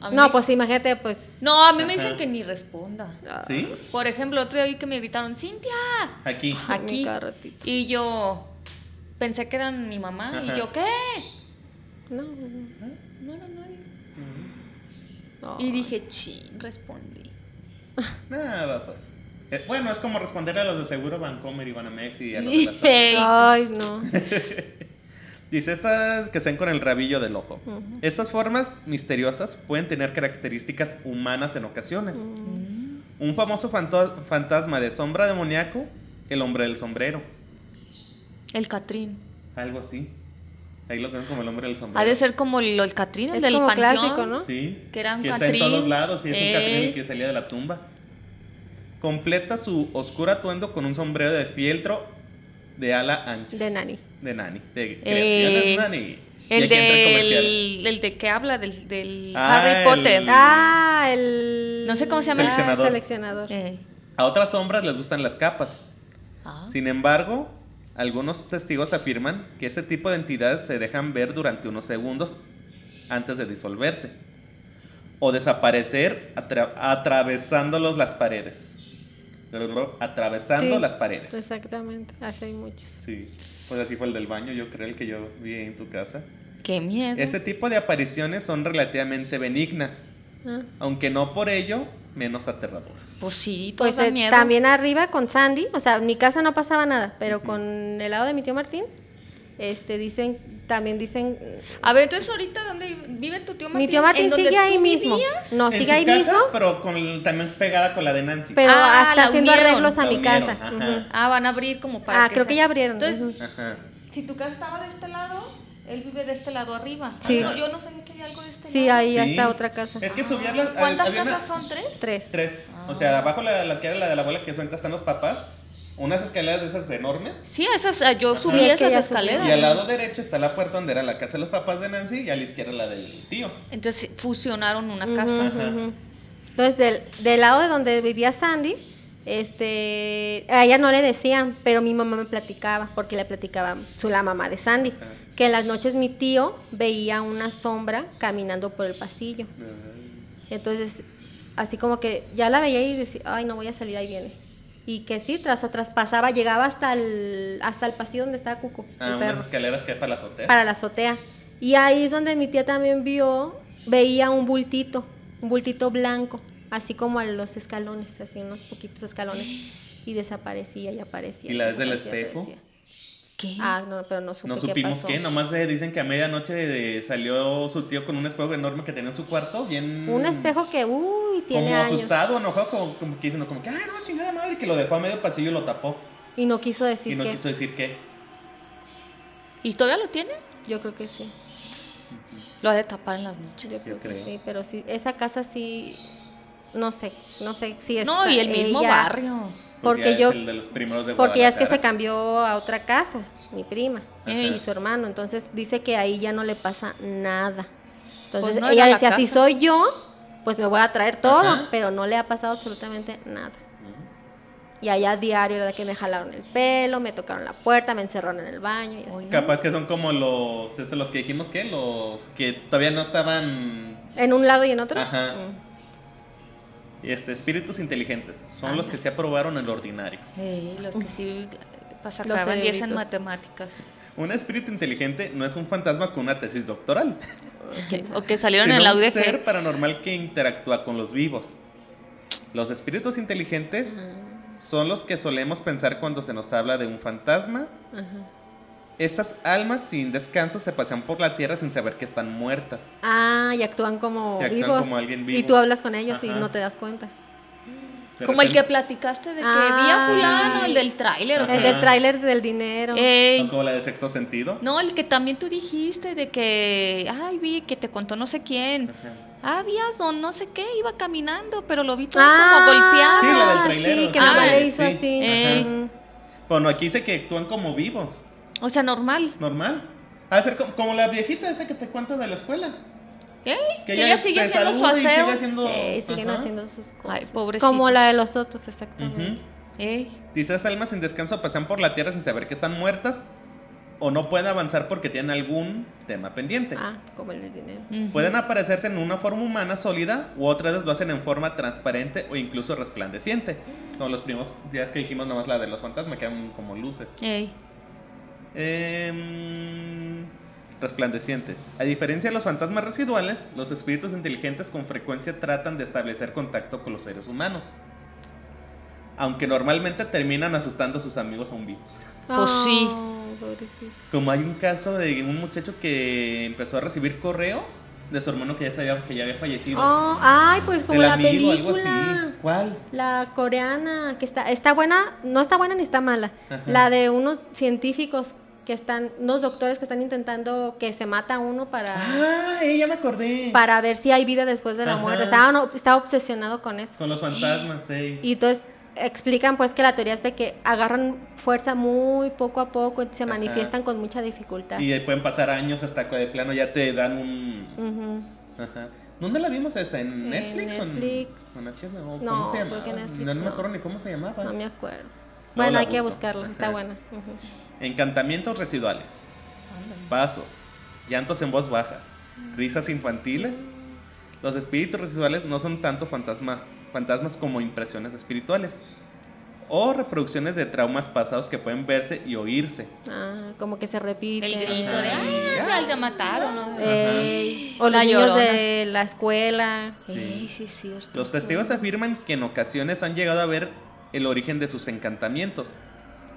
A mí
No,
me
pues
dic-
imagínate, pues...
No, a mí me
Ajá.
dicen que ni responda.
ah,
¿Sí?
Por ejemplo, otro día vi que me gritaron, Cintia.
Aquí.
mi
aquí.
carretito.
Y yo pensé que eran mi mamá.
Ajá.
Y yo, ¿qué?
No, no,
¿No?
No era nadie.
no.
Oh.
Y dije, chin, respondí.
Nada, pues. Eh, bueno, es como responder a los de seguro Bancomer y Banamex y a los de
Y
la Sal.
Ay, no.
Dice estas que sean con el rabillo del ojo.
Ujú.
Estas formas misteriosas pueden tener características humanas en ocasiones.
Mm.
Mm.
Un famoso fanto- fantasma de sombra demoníaco, el hombre del sombrero.
El Catrín.
Algo así. Ahí lo conocen como el hombre del sombrero.
Ha de ser como el, el Catrín, el
Es
del
como
panteón.
clásico, ¿no?
Sí.
Que era un
que
Catrín. Eh.
está en todos lados y es un Catrín
Ey.
el que salía de la tumba. Completa su oscuro atuendo con un sombrero de fieltro de ala ancha.
De Nani.
De Nani. De creaciones
Eh,
Nani. Y
El
aquí entra el comercial.
del, el de que habla, del, del
Ah,
Harry
el-
Potter.
Mm.
Ah, el.
No sé cómo se llama.
Seleccionador.
Ah, seleccionador.
Eh.
A otras sombras les gustan las capas.
Ah.
Sin embargo, algunos testigos afirman que ese tipo de entidades se dejan ver durante unos segundos antes de disolverse o desaparecer atra- atravesándolos las paredes. Atravesando
Sí,
las paredes.
Pues
Exactamente. Así hay muchos.
Sí, pues así fue el del baño, yo creo el que yo vi en tu casa.
Qué miedo.
Este tipo de apariciones son relativamente benignas,
Ah.
aunque no por ello menos aterradoras.
Pues sí, todo
Pues
da
eh,
miedo.
también arriba con Sandy, o sea, en mi casa no pasaba nada, pero
Ujú.
con el lado de mi tío Martín, este, dicen, también dicen,
A ver, entonces ahorita, ¿dónde vive tu tío Martín?
mi tío Martín
¿En donde
sigue ahí
tú
mismo,
vivías?
no,
En
sigue
su
ahí
casa,
mismo,
Pero con, el- también pegada con la de Nancy.
pero
Ah, la
hasta haciendo
unieron,
arreglos a
la
mi
unieron,
casa.
ajá.
ujú.
Ah, van a abrir como para
Ah, creo que
sea-
ya abrieron.
Entonces,
ujú.
Ajá.
Si tu casa estaba de este lado, él vive de este lado arriba.
Sí.
Ah, no, yo no sabía que había algo de este
Sí,
lado.
ahí ya
Sí.
está otra casa.
Es que subía la.
¿Cuántas
había una-
casas son? ¿Tres?
Tres.
Tres. O
Ah.
sea, abajo la, la que era la de la abuela que suelta están los papás. Unas escaleras de esas enormes.
Sí, esas, ah, yo
Ajá.
subí
Sí,
es que
esas
ya
escaleras.
Y al lado derecho está la puerta donde era la casa de los papás de Nancy y a la izquierda la del tío.
Entonces fusionaron una
Ujú,
casa.
Ajá.
ujú. Entonces, del, del lado de donde vivía Sandy, este, a ella no le decían, pero mi mamá me platicaba, porque le platicaba su, la mamá de Sandy,
Ajá.
que en las noches mi tío veía una sombra caminando por el pasillo. Entonces, así como que ya la veía y decía, ay, no voy a salir, ahí viene. Y que sí, tras traspasaba, llegaba hasta el, hasta el pasillo donde estaba Cuco,
Ah,
el
unas
perro,
escaleras que hay para la azotea.
para la azotea. Y ahí es donde mi tía también vio, veía un bultito, un bultito blanco, así como a los escalones, así unos poquitos escalones. Y desaparecía y aparecía.
¿Y la ves del
desaparecía,
espejo?
aparecía.
¿Qué?
Ah, no, pero no supe
No
qué
supimos
pasó.
qué, nomás eh, dicen que a medianoche eh, salió su tío con un espejo enorme que tenía en su cuarto, bien...
Un espejo que, uy, tiene
Como
años.
asustado, enojado, como, como que diciendo como que, ah, no, chingada madre, que lo dejó a medio pasillo y lo tapó.
Y no quiso decir
y no
qué.
quiso decir qué.
¿Y todavía lo tiene?
Yo creo que sí.
Lo ha de tapar en las noches.
Yo
Sí,
creo que
creo.
sí, pero sí, esa casa sí, no sé, no sé si es...
no, y el mismo
ella-
barrio.
Pues
Porque
ya es
yo-
el de los primeros de
Porque ya es que se
Guadalajara.
cambió a otra casa, mi prima
Ajá.
y su hermano, entonces dice que ahí ya no le pasa nada. Entonces
Pues no
ella
era la
decía, si
casa".
soy yo, pues me voy a traer todo,
Ajá.
pero no le ha pasado absolutamente nada.
Ujú.
Y allá a diario era de que me jalaron el pelo, me tocaron la puerta, me encerraron en el baño y así.
Oye.
Capaz que son como los, esos los que dijimos que, los que todavía no estaban,
En un lado y en otro.
Ajá.
Mm.
este, espíritus inteligentes. Son
Ah,
los
no.
que se aprobaron en lo ordinario.
Eh, los que sí
Los
pasaban 10 en
cerebritos.
matemáticas.
Un espíritu inteligente no es un fantasma con una tesis doctoral,
Que- o que salieron
sino
en la
un
UDG.
ser paranormal que interactúa con los vivos. Los espíritus inteligentes
Ah,
son los que solemos pensar cuando se nos habla de un fantasma.
ajá.
Estas almas sin descanso se pasean por la tierra sin saber que están muertas.
Ah, y actúan como
Y actúan
vivos.
como alguien
Y
vivo.
tú hablas con ellos y
Ajá.
no te das cuenta.
De
Como el que
repente-
platicaste de que
Ah.
vi a fulano, el del tráiler. ¿o
Ajá.
El
qué?
del tráiler del dinero.
Ey.
¿no? como la de sexto sentido.
No, el que también tú dijiste de que, ay, vi que te contó no sé quién.
Ajá.
Ah, vi a don no sé qué, iba caminando, pero lo vi todo
Ah,
como golpeado.
Sí, la del trailero, Ah,
Sí, que
sí,
nomás
la
le
de-
hizo
sí,
así.
ajá. Eh,
Ujú.
Bueno, aquí dice que actúan como vivos,
O sea, normal.
normal. Ha de ser como, como la viejita esa que te cuento de la escuela.
Ey, que
ya
ella sigue haciendo su
saluda y
aseo.
Sigue haciendo,
Eh, siguen
ajá.
haciendo sus
Ay,
cosas.
pobrecitos.
como la de los otros, exactamente.
Ujú.
Ey,
Dice, esas almas sin descanso pasan por la tierra sin saber que están muertas o no pueden avanzar porque tienen algún tema pendiente.
Ah, como el del dinero.
ujú.
Pueden aparecerse en una forma humana sólida u otras veces lo hacen en forma transparente o incluso resplandeciente. Como los primos días que dijimos nomás la de los fantasmas que eran como luces.
Ey.
Em, resplandeciente. A diferencia de los fantasmas residuales, los espíritus inteligentes con frecuencia tratan de establecer contacto con los seres humanos. Aunque normalmente terminan asustando a sus amigos aún vivos.
Pues sí.
Oh, pobrecito.
Como hay un caso de un muchacho que empezó a recibir correos de su hermano que ya sabía que ya había fallecido.
Oh, ay, pues como
Del
la
amigo, algo
película.
así. ¿Cuál?
La coreana, que está, está buena, no está buena ni está mala.
Ajá.
La de unos científicos que están, unos doctores que están intentando que se mata uno para,
Ah, eh, ya me acordé.
para ver si hay vida después de la
Ajá.
muerte. Estaba, no- estaba obsesionado con eso.
Con los fantasmas, eh.
Y entonces explican pues que la teoría es de que agarran fuerza muy poco a poco y se
Ajá.
manifiestan con mucha dificultad.
Y eh, pueden pasar años hasta que de plano ya te dan un...
Ujú.
Ajá. ¿Dónde la vimos esa? ¿En
En
Netflix? o en-
Netflix.
o en HBO? ¿Cómo
No,
se
creo que
llamaba?
Netflix,
no, no me
no.
acuerdo ni cómo se llamaba.
No me acuerdo.
No,
Bueno,
la
hay que
busco.
buscarlo, está
Ajá.
buena. ujú.
Encantamientos residuales, vasos, llantos en voz baja, risas infantiles. Los espíritus residuales no son tanto fantasmas, fantasmas como impresiones espirituales o reproducciones de traumas pasados que pueden verse y oírse.
Ah, como que se repite.
El grito de,
Ajá.
ah, se la mataron. ¿no?
Ey, o los
La
niños
llorona.
de la escuela.
Sí.
Sí, sí, es cierto.
Los testigos afirman que en ocasiones han llegado a ver el origen de sus encantamientos,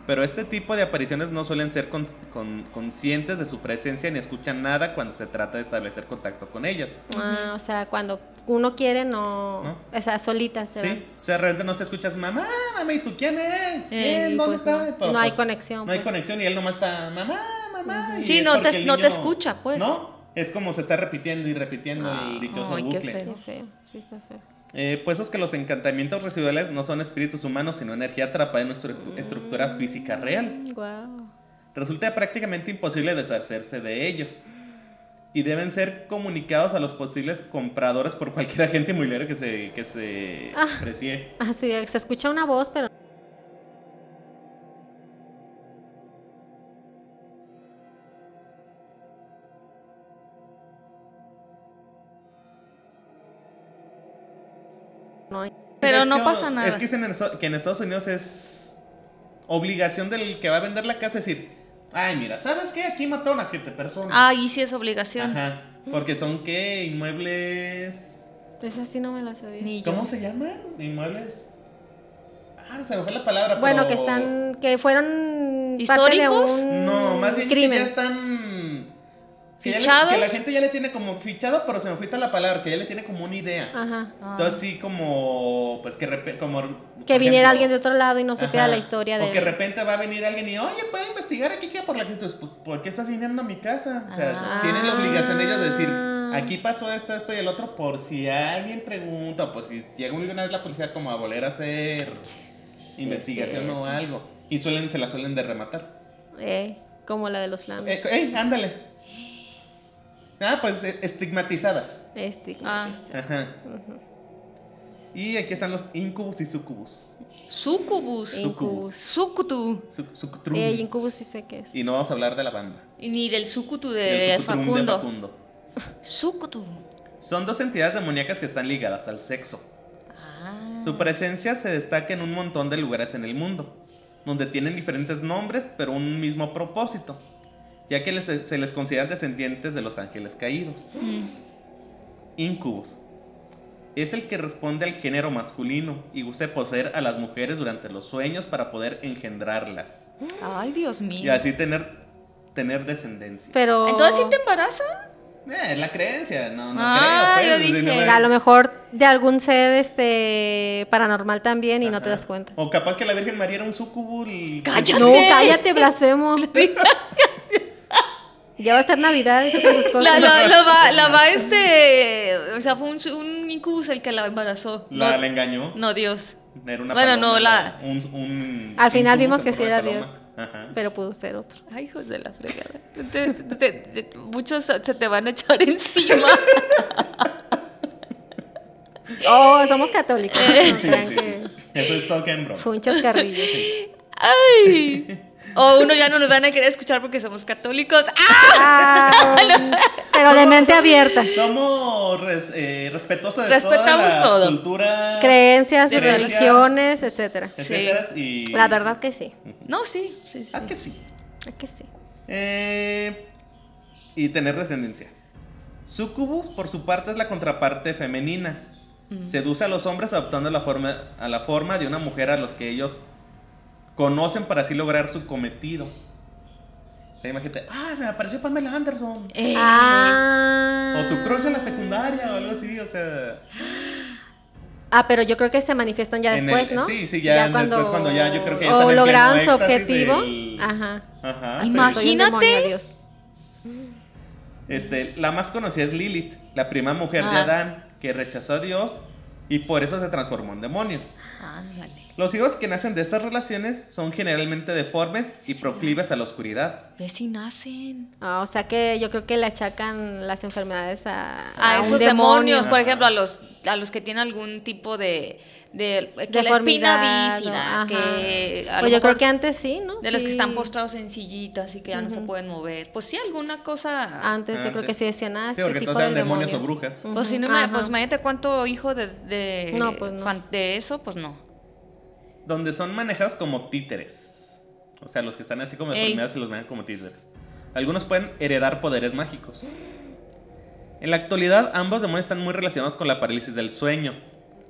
pero este tipo de apariciones no suelen ser con- con- conscientes de su presencia ni escuchan nada cuando se trata de establecer contacto con ellas.
Ah, o sea, cuando uno quiere, no.
¿No?
O sea, solitas se
Sí,
van.
o sea, realmente no se escuchas, mamá, mamá, ¿y tú quién es?
Eh,
¿Quién?
y
¿Dónde
pues
está?
No,
Pero,
No hay
pues,
conexión.
No hay
pues.
conexión y él nomás está, mamá, mamá. y
Sí,
es
no
porque
te,
el
no te
niño-
escucha, pues.
No, es como se está repitiendo y repitiendo
Ah,
el dichoso
ay, qué
bucle.
feo.
Qué feo, sí está feo.
Eh, pues es que los encantamientos residuales no son espíritus humanos, sino energía atrapada en nuestra
Mm.
estru- estructura física real.
Wow.
Resulta prácticamente imposible deshacerse de ellos. Y deben ser comunicados a los posibles compradores por cualquier agente inmobiliario que se, que se
Ah.
precie.
Así se escucha una voz, pero. No hay-
Pero
De
no
hecho,
pasa nada.
Es que dicen en eso- que en Estados Unidos es obligación del que va a vender la casa decir, ay, mira, ¿sabes qué? Aquí mataron a siete personas.
Ahí Ah, sí es obligación.
Ajá, porque son qué? Inmuebles...
Esa sí no me la sabía.
Ni yo.
¿Cómo se llaman? Inmuebles... Ah, se me fue la palabra.
Bueno,
pero-
que están, que fueron parte de
¿Históricos?
un
No, más bien que ya
crimen.
están... que ya le-
¿Fichados?
que la gente ya le tiene como fichado, pero se me fue la palabra, que ya le tiene como una idea.
Ajá.
Ah.
Entonces sí como, pues que repe- como...
Que
por
viniera
ejemplo,
alguien de otro lado y no supiera
Ajá.
la historia de.
O que de repente va a venir alguien y, oye, puede investigar aquí que por la que tú, pues, ¿por qué estás viniendo a mi casa? O sea,
Ah.
tienen la obligación ellos de decir,
Ah.
aquí pasó esto, esto y el otro, por si alguien pregunta, o por si llega alguna vez la policía como a volver a hacer investigación o algo. Y suelen, se la suelen de rematar.
Eh, como la de los
Eh,
flames.
ey, ándale. Ah, pues eh, estigmatizadas.
Este.
Ah.
Ajá.
Ujú.
Y aquí están los incubus y sucubus.
Sucubus.
Sucubus.
Sucutu.
Suc- suctrum.
Eh, y Incubus sí sé qué es.
Y no vamos a hablar de la banda.
Y Ni del sucutu de,
del sucutrum de
Facundo.
Facundo.
Sucutu.
Son dos entidades demoníacas que están ligadas al sexo.
Ah.
Su presencia se destaca en un montón de lugares en el mundo, donde tienen diferentes nombres pero un mismo propósito, ya que les- se les consideran descendientes de los ángeles caídos.
Mm.
Incubus. Es el que responde al género masculino y gusta de poseer a las mujeres durante los sueños para poder engendrarlas
Ay, Dios
y
mío.
así tener, tener descendencia.
Pero.
Entonces sí te embarazan.
Eh, es la creencia, no, no
Ah,
creo.
yo
pues, si no
dije,
me-
A lo mejor de algún ser este paranormal también y no te
Ajá. Oh,
das cuenta.
O capaz que la Virgen María era un sucubo. y-
¡Cállate!
No, cállate, blasfemo. ya va a estar Navidad y todas esas
La,
cosas.
la, la va, la va este. O sea, fue un, su- un incubus el que la embarazó.
La,
no,
la engañó.
no, Dios.
Era una
Bueno, no,
paloma,
la-
un- un-
Al final
un
vimos
cubus
que
en
sí
forma
era
de
Dios.
paloma. Ajá.
Pero pudo ser otro.
Ay, hijos de la fregada. Te- te- te- te- muchos se te van a echar encima.
Oh, somos católicos. no
Eh, Sí,
crean
sí,
que
sí. Eso es todo que en broma.
Fue un chascarrillo.
Ay. O uno ya no nos van a querer escuchar porque somos católicos. ¡Ah!
Ah, pero de mente abierta.
Somos res- eh, respetuosos de
Respetamos
toda la
todo.
cultura,
Creencias,
Creencias.
religiones, etcétera.
etcétera, y-
La verdad que sí.
No, sí. sí, sí.
Ah, que sí.
Es que sí.
Eh, y tener descendencia. Sucubus, por su parte, es la contraparte femenina.
Ujú.
Seduce a los hombres adoptando la forma, a la forma de una mujer a los que ellos conocen para así lograr su cometido. Ahí Imagínate, ah, se me apareció Pamela Anderson.
Eh,
Ah.
O tu crush en la secundaria o algo así, o sea.
Ah, pero yo creo que se manifiestan ya
en el-
después, ¿no?
Sí, sí, ya, después cuando ya yo creo que ya
O
están en
lograron su
pleno éxtasis
objetivo.
del-
Ajá.
Ajá,
Ay,
sí.
más.
Soy un demonio,
Imagínate.
adiós.
Este, la más conocida es Lilith, la prima mujer de
Ajá.
Adán, que rechazó a Dios y por eso se transformó en demonio.
Ándale.
Los hijos que nacen de estas relaciones son generalmente deformes y proclives a la oscuridad.
Ve si nacen.
Ah, o sea que yo creo que le achacan las enfermedades a,
A
a Ah, un
esos
demonio.
demonios, por
Ajá.
ejemplo, a los, a los que tienen algún tipo de. de que la espina
Deformidad,
bífida.
ajá.
Que a
O
lo
Pues yo creo
mejor
que antes sí, ¿no?
De los que
Sí.
están postrados en sillitas y que ya no se
Ujú. Ah,
pueden mover. Pues sí, alguna cosa.
Antes, yo creo
Antes.
que sí decían, ah,
Sí,
este
porque
es hijo
todos
del
eran demonios
demonio.
o brujas.
Ujú,
Pues si no, ima-
ajá.
pues imagínate cuánto hijo de, de,
No, pues no.
fan- de eso, pues no.
Donde son manejados como títeres. O sea, los que están así como
Ey.
deformidades se los manejan como títeres. Algunos pueden heredar poderes mágicos. En la actualidad, ambos demonios están muy relacionados con la parálisis del sueño,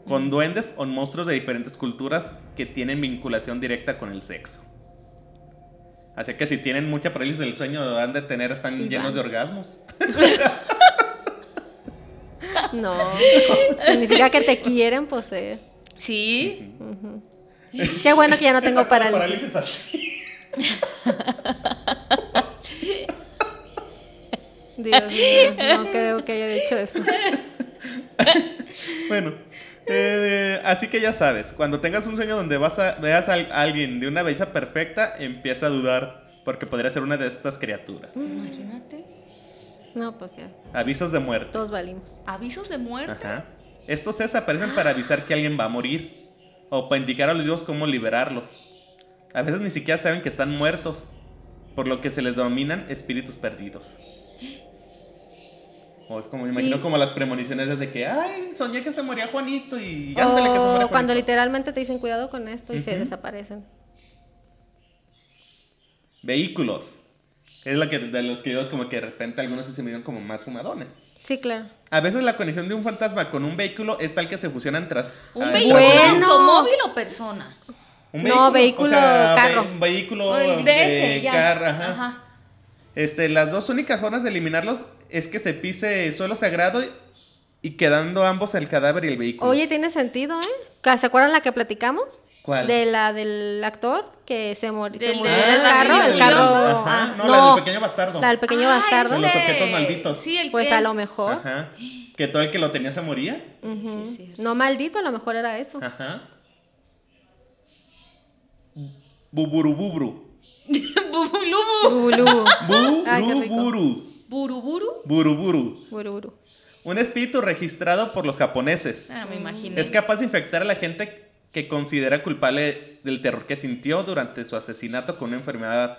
con
Mm.
duendes o monstruos de diferentes culturas que tienen vinculación directa con el sexo. Así que si tienen mucha parálisis del sueño, han de tener, están
Y
llenos
van.
de orgasmos.
No, significa que te quieren poseer.
Sí.
Ujú. Qué bueno que ya no tengo
Está toda
parálisis.
así.
Dios mío, no creo que haya dicho eso.
Bueno, eh, así que ya sabes, cuando tengas un sueño donde vas a, veas a al- alguien de una belleza perfecta, empieza a dudar, porque podría ser una de estas criaturas.
Imagínate.
No, pues ya,
Avisos de muerte.
todos valimos.
Avisos de muerte.
Ajá. Estos seres aparecen para avisar que alguien va a morir, o para indicar a los vivos cómo liberarlos. A veces ni siquiera saben que están muertos, por lo que se les denominan espíritus perdidos. O es como, me imagino
Y-
como las premoniciones desde que, ay, soñé que se moría Juanito y ándale que se muere
O
Juanito".
cuando literalmente te dicen cuidado con esto y se
Ujú.
desaparecen.
Vehículos. Es la que de los que yo es como que de repente algunos se miran como más fumadones.
Sí, claro.
A veces la conexión de un fantasma con un vehículo es tal que se fusionan tras.
¿Un
ah,
vehículo,
tras-
Bueno.
automóvil o persona?
Un
No,
o
vehículo,
sea, ve-
carro.
un vehículo
El
Oh, de
ese, ya.
carro, ajá. Este, las dos únicas formas de eliminarlos es que se pise suelo sagrado y- y quedando ambos el cadáver y el vehículo.
Oye, tiene sentido, ¿eh? Ca- ¿Se acuerdan la que platicamos?
¿Cuál? Ah,
De la del actor que se, mor- se
Del
murió
de
en el
la
carro,
niña
el carro.
curiosa.
Ajá,
ah,
no, la
no,
del pequeño bastardo.
la del pequeño
Ah,
bastardo.
Son los
ese.
objetos malditos.
Sí, el
Pues
que-
a lo mejor.
Ajá. Que todo el que lo tenía se moría.
Ujú.
Sí, es cierto.
No maldito, a lo mejor era eso.
Ajá. Buburububru.
Bubulubu.
Bulu, Ay, qué rico.
Buruburu.
Buruburu.
Buruburu.
buru, buru.
Un espíritu registrado por los japoneses.
Ah, me
Mm.
imagino.
Es capaz de infectar a la gente que considera culpable del terror que sintió durante su asesinato con una enfermedad.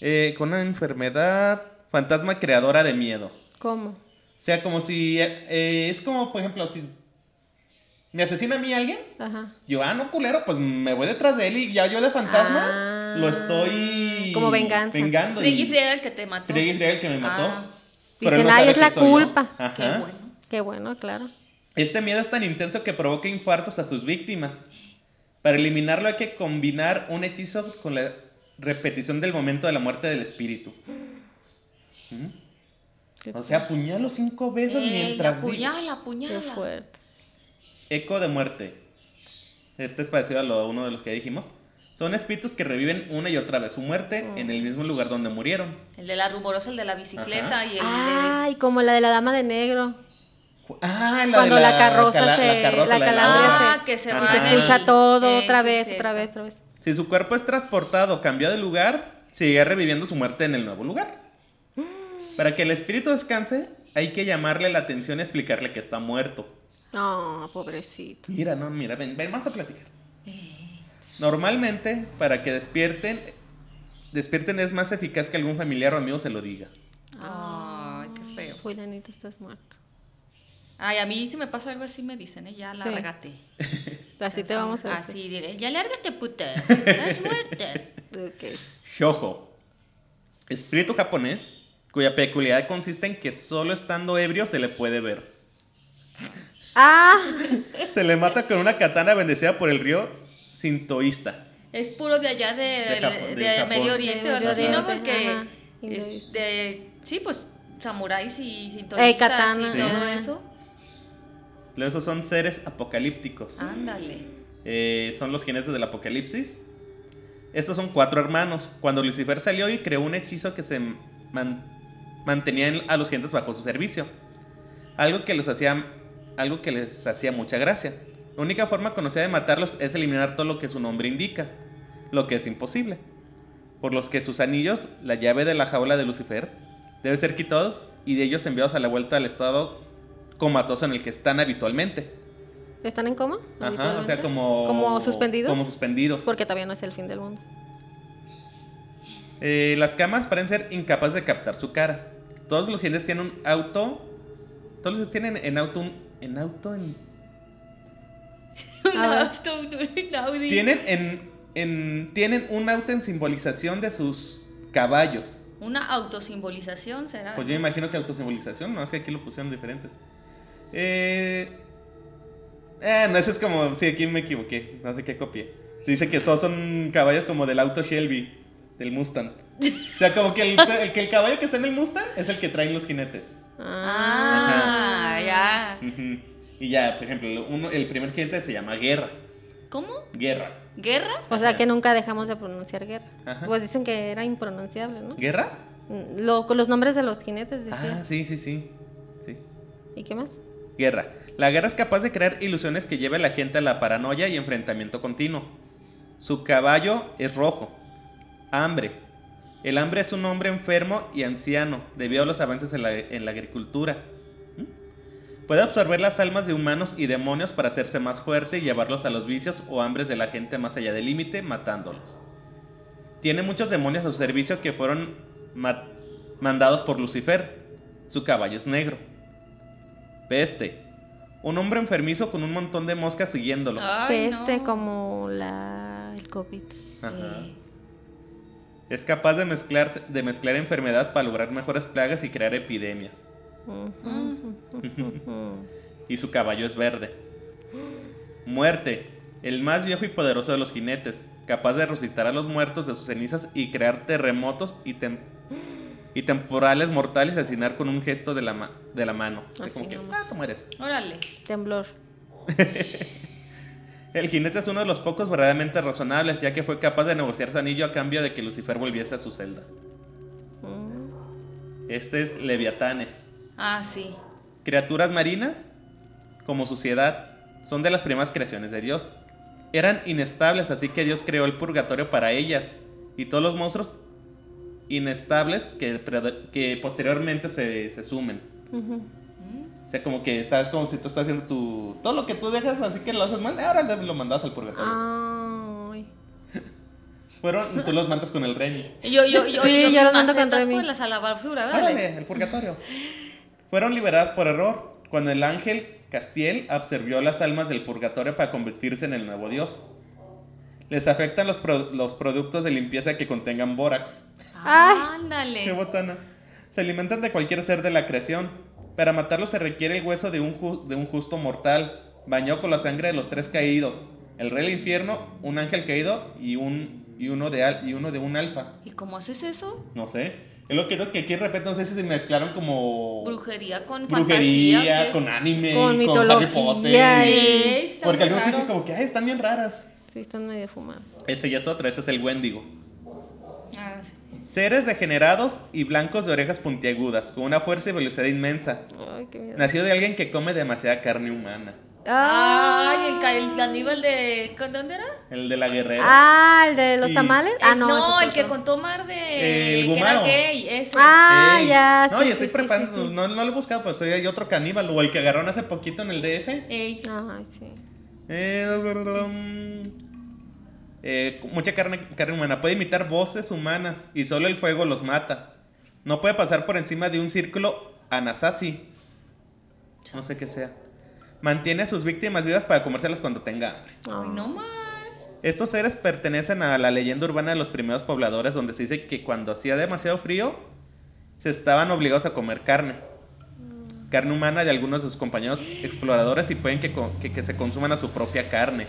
eh, con una enfermedad fantasma creadora de miedo.
¿Cómo?
O sea, como si... eh, eh, es como, por ejemplo, si... ¿Me asesina a mí alguien?
Ajá.
Yo, ah, no, culero, pues me voy detrás de él y ya yo de fantasma
Ah,
lo estoy.
como venganza.
Vengando.
Friega y
y-
friega el que te mató.
Friega y friega el que me mató.
Ah,
pero él
Dicen,
no
"Ay,
sabe
es
que
la
soy yo".
culpa.
Ajá.
Qué bueno.
Qué bueno, claro.
Este miedo es tan intenso que provoca infartos a sus víctimas. Para eliminarlo hay que combinar un hechizo con la repetición del momento de la muerte del espíritu. ¿Mm?
Qué
O sea, apuñalo cinco veces
Ey,
mientras. di-
Eh, apuñala,
Qué
apuñala.
fuerte.
Eco de muerte. Este es parecido a lo- uno de los que dijimos. Son espíritus que reviven una y otra vez su muerte
Oh.
Mm.
en el mismo lugar donde murieron.
El de la rumorosa, el de la bicicleta
Ajá.
y el de...
Ay, como la de la dama de negro.
Ah, la
Cuando
de
la carroza
cala-
se- la
de
calandria
obra.
se-
Ah, que se
Ah,
va
Y se
sí.
en el-
escucha todo
Eh,
otra
sí,
vez,
sí.
otra vez, otra vez.
Si su cuerpo es transportado, cambiado de lugar, sigue reviviendo su muerte en el nuevo lugar.
Mm.
Para que el espíritu descanse, hay que llamarle la atención y explicarle que está muerto.
No, pobrecito.
Mira, no, mira, ven, ven, vamos a platicar.
Eh,
Normalmente, para que despierten, despierten es más eficaz que algún familiar o amigo se lo diga.
Ay, qué feo.
Fulanito, estás muerto.
Ay, a mí si me pasa algo así me dicen, ¿eh? ya
Sí.
lárgate.
Así te vamos a decir.
Así diré, ya lárgate, puta. Estás muerta.
Ok.
Shoujo. Espíritu japonés cuya peculiaridad consiste en que solo estando ebrio se le puede ver.
Ah,
Se le mata con una katana bendecida por el río sintoísta.
Es puro de allá de, de-
Japón, de
de
Japón.
Medio Oriente
De
o algo así,
Medio
¿no?
Oriente,
Porque
ajá, hinduista.
este, sí, pues samuráis y
Eh,
sintoístas
katana,
y todo
ajá.
eso.
Luego esos son seres apocalípticos.
Ah, Ándale.
Eh, son los jinetes del apocalipsis. Estos son cuatro hermanos. Cuando Lucifer salió y creó un hechizo que se man- mantenía en- a los gentes bajo su servicio. Algo que, los hacía, algo que les hacía mucha gracia. La única forma conocida de matarlos es eliminar todo lo que su nombre indica, lo que es imposible. Por los que sus anillos, la llave de la jaula de Lucifer, debe ser quitados y de ellos enviados a la vuelta al estado comatoso en el que están habitualmente.
¿están en coma?
Ajá, o sea,
habitualmente?
como...
¿Como suspendidos?
Como suspendidos.
Porque todavía no es el fin del mundo.
Eh, las camas parecen ser incapaces de captar su cara. Todos los gentes tienen un auto... Todos los gentes tienen en auto un... ¿En auto? En...
Un
A ver.
auto, un, un Audi.
Tienen en, en... Tienen un auto en simbolización de sus caballos.
Una autosimbolización, ¿será?
Pues yo imagino que autosimbolización, no es que aquí lo pusieron diferentes. Eh... eh, no, ese es como... Sí, aquí me equivoqué. No sé qué copié. Dice que esos son caballos como del auto Shelby, del Mustang. O sea, como que el, el que el caballo que está en el Mustang es el que traen los jinetes.
Ah, ya.
Ujú. Y ya, por ejemplo, uno- el primer jinete se llama Guerra.
¿Cómo?
Guerra.
¿Guerra?
O sea que nunca dejamos de pronunciar guerra.
Ajá.
Pues dicen que era impronunciable, ¿no?
¿Guerra?
Mm, Lo, con los nombres de los jinetes, decía.
Ah, sí, sí, sí. Sí.
¿Y qué más?
Guerra. La guerra es capaz de crear ilusiones que lleve a la gente a la paranoia y enfrentamiento continuo. Su caballo es rojo. Hambre. El hambre es un hombre enfermo y anciano debido a los avances en la, en la agricultura. ¿Mm? Puede absorber las almas de humanos y demonios para hacerse más fuerte y llevarlos a los vicios o hambres de la gente más allá del límite, matándolos. Tiene muchos demonios a su servicio que fueron ma- mandados por Lucifer. Su caballo es negro. Peste. Un hombre enfermizo con un montón de moscas siguiéndolo.
Ay,
Peste
no.
este como la el COVID.
Ajá.
Eh,
Es capaz de, mezclarse- de mezclar enfermedades para lograr mejores plagas y crear epidemias.
Mm.
Ujú, ujú, ujú.
Y su caballo es verde. Muerte. El más viejo y poderoso de los jinetes, capaz de resucitar a los muertos de sus cenizas y crear terremotos y, tem- y temporales mortales y asesinar con un gesto de la, ma- de la mano. O sea,
Así
como que,
nomás.
"Ah, tú mueres".
Órale.
Temblor.
El jinete es uno de los pocos verdaderamente razonables, ya que fue capaz de negociar su anillo a cambio de que Lucifer volviese a su celda.
Mm.
Este es Leviatanes.
Ah, sí.
Criaturas marinas, como suciedad, son de las primeras creaciones de Dios. Eran inestables, así que Dios creó el purgatorio para ellas y todos los monstruos inestables que, prede- que posteriormente se, se sumen.
Ujú.
Mm.
O sea, como que estás como si tú estás haciendo tu... Todo lo que tú dejas, así que lo haces mal, ahora lo mandas al purgatorio.
Ah. Ay.
Fueron, tú los mandas con el rey.
Y Yo, yo, yo,
Sí, yo lo mando
macetas,
contra
pues,
mí.
las a la basura, órale.
Órale, el purgatorio. Fueron liberadas por error cuando el ángel Castiel absorbió las almas del purgatorio para convertirse en el nuevo dios. Les afectan los, pro- los productos de limpieza que contengan bórax.
Ay.
¡Qué
Ándale.
botana! Se alimentan de cualquier ser de la creación. Para matarlos se requiere el hueso de un, ju- de un justo mortal, bañado con la sangre de los tres caídos. El rey del infierno, un ángel caído y, un, y, uno, de al- y uno de un alfa.
¿Y cómo haces eso?
No sé. Es lo que creo que aquí de repente no sé si se mezclaron como...
Brujería con fantasía.
Oh. brujería,
¿qué?
con anime,
Con
Harry
mitología
Potter.
y-
Sí, está
Porque algunos
raro.
dicen como que, ay, están bien raras.
Sí, están medio fumados.
Esa ya es otra, ese es el Wendigo.
Ah, sí.
Seres degenerados y blancos de orejas puntiagudas, con una fuerza y velocidad inmensa.
Ay, qué miedo.
Nació de alguien que come demasiada carne humana.
Ay, el, ca- el Aníbal de. ¿con ¿Dónde era?
El de la guerrera.
Ah, el de los
Y-
tamales. Ah,
El-
no. ese es
Eh, el que
otro.
contó Mar de.
El
que era
Gumaro.
gay, ese.
Ah,
Ey.
ya.
No,
sí,
y
sí,
estoy
sí,
preparando,
sí, sí.
No, no lo he buscado, pero soy hay otro caníbal, o el que agarraron hace poquito en el DF.
Ey.
Ay, sí.
Eh, eh, mucha carne, carne humana. Puede imitar voces humanas y solo el fuego los mata. No puede pasar por encima de un círculo anasasi. No sé qué sea. Mantiene a sus víctimas vivas para comérselas cuando tenga hambre.
Ay, no
Ay.
más.
Estos seres pertenecen a la leyenda urbana de los primeros pobladores, donde se dice que cuando hacía demasiado frío, se estaban obligados a comer carne. Carne humana de algunos de sus compañeros exploradores y pueden que, co- que- que se consuman a su propia carne.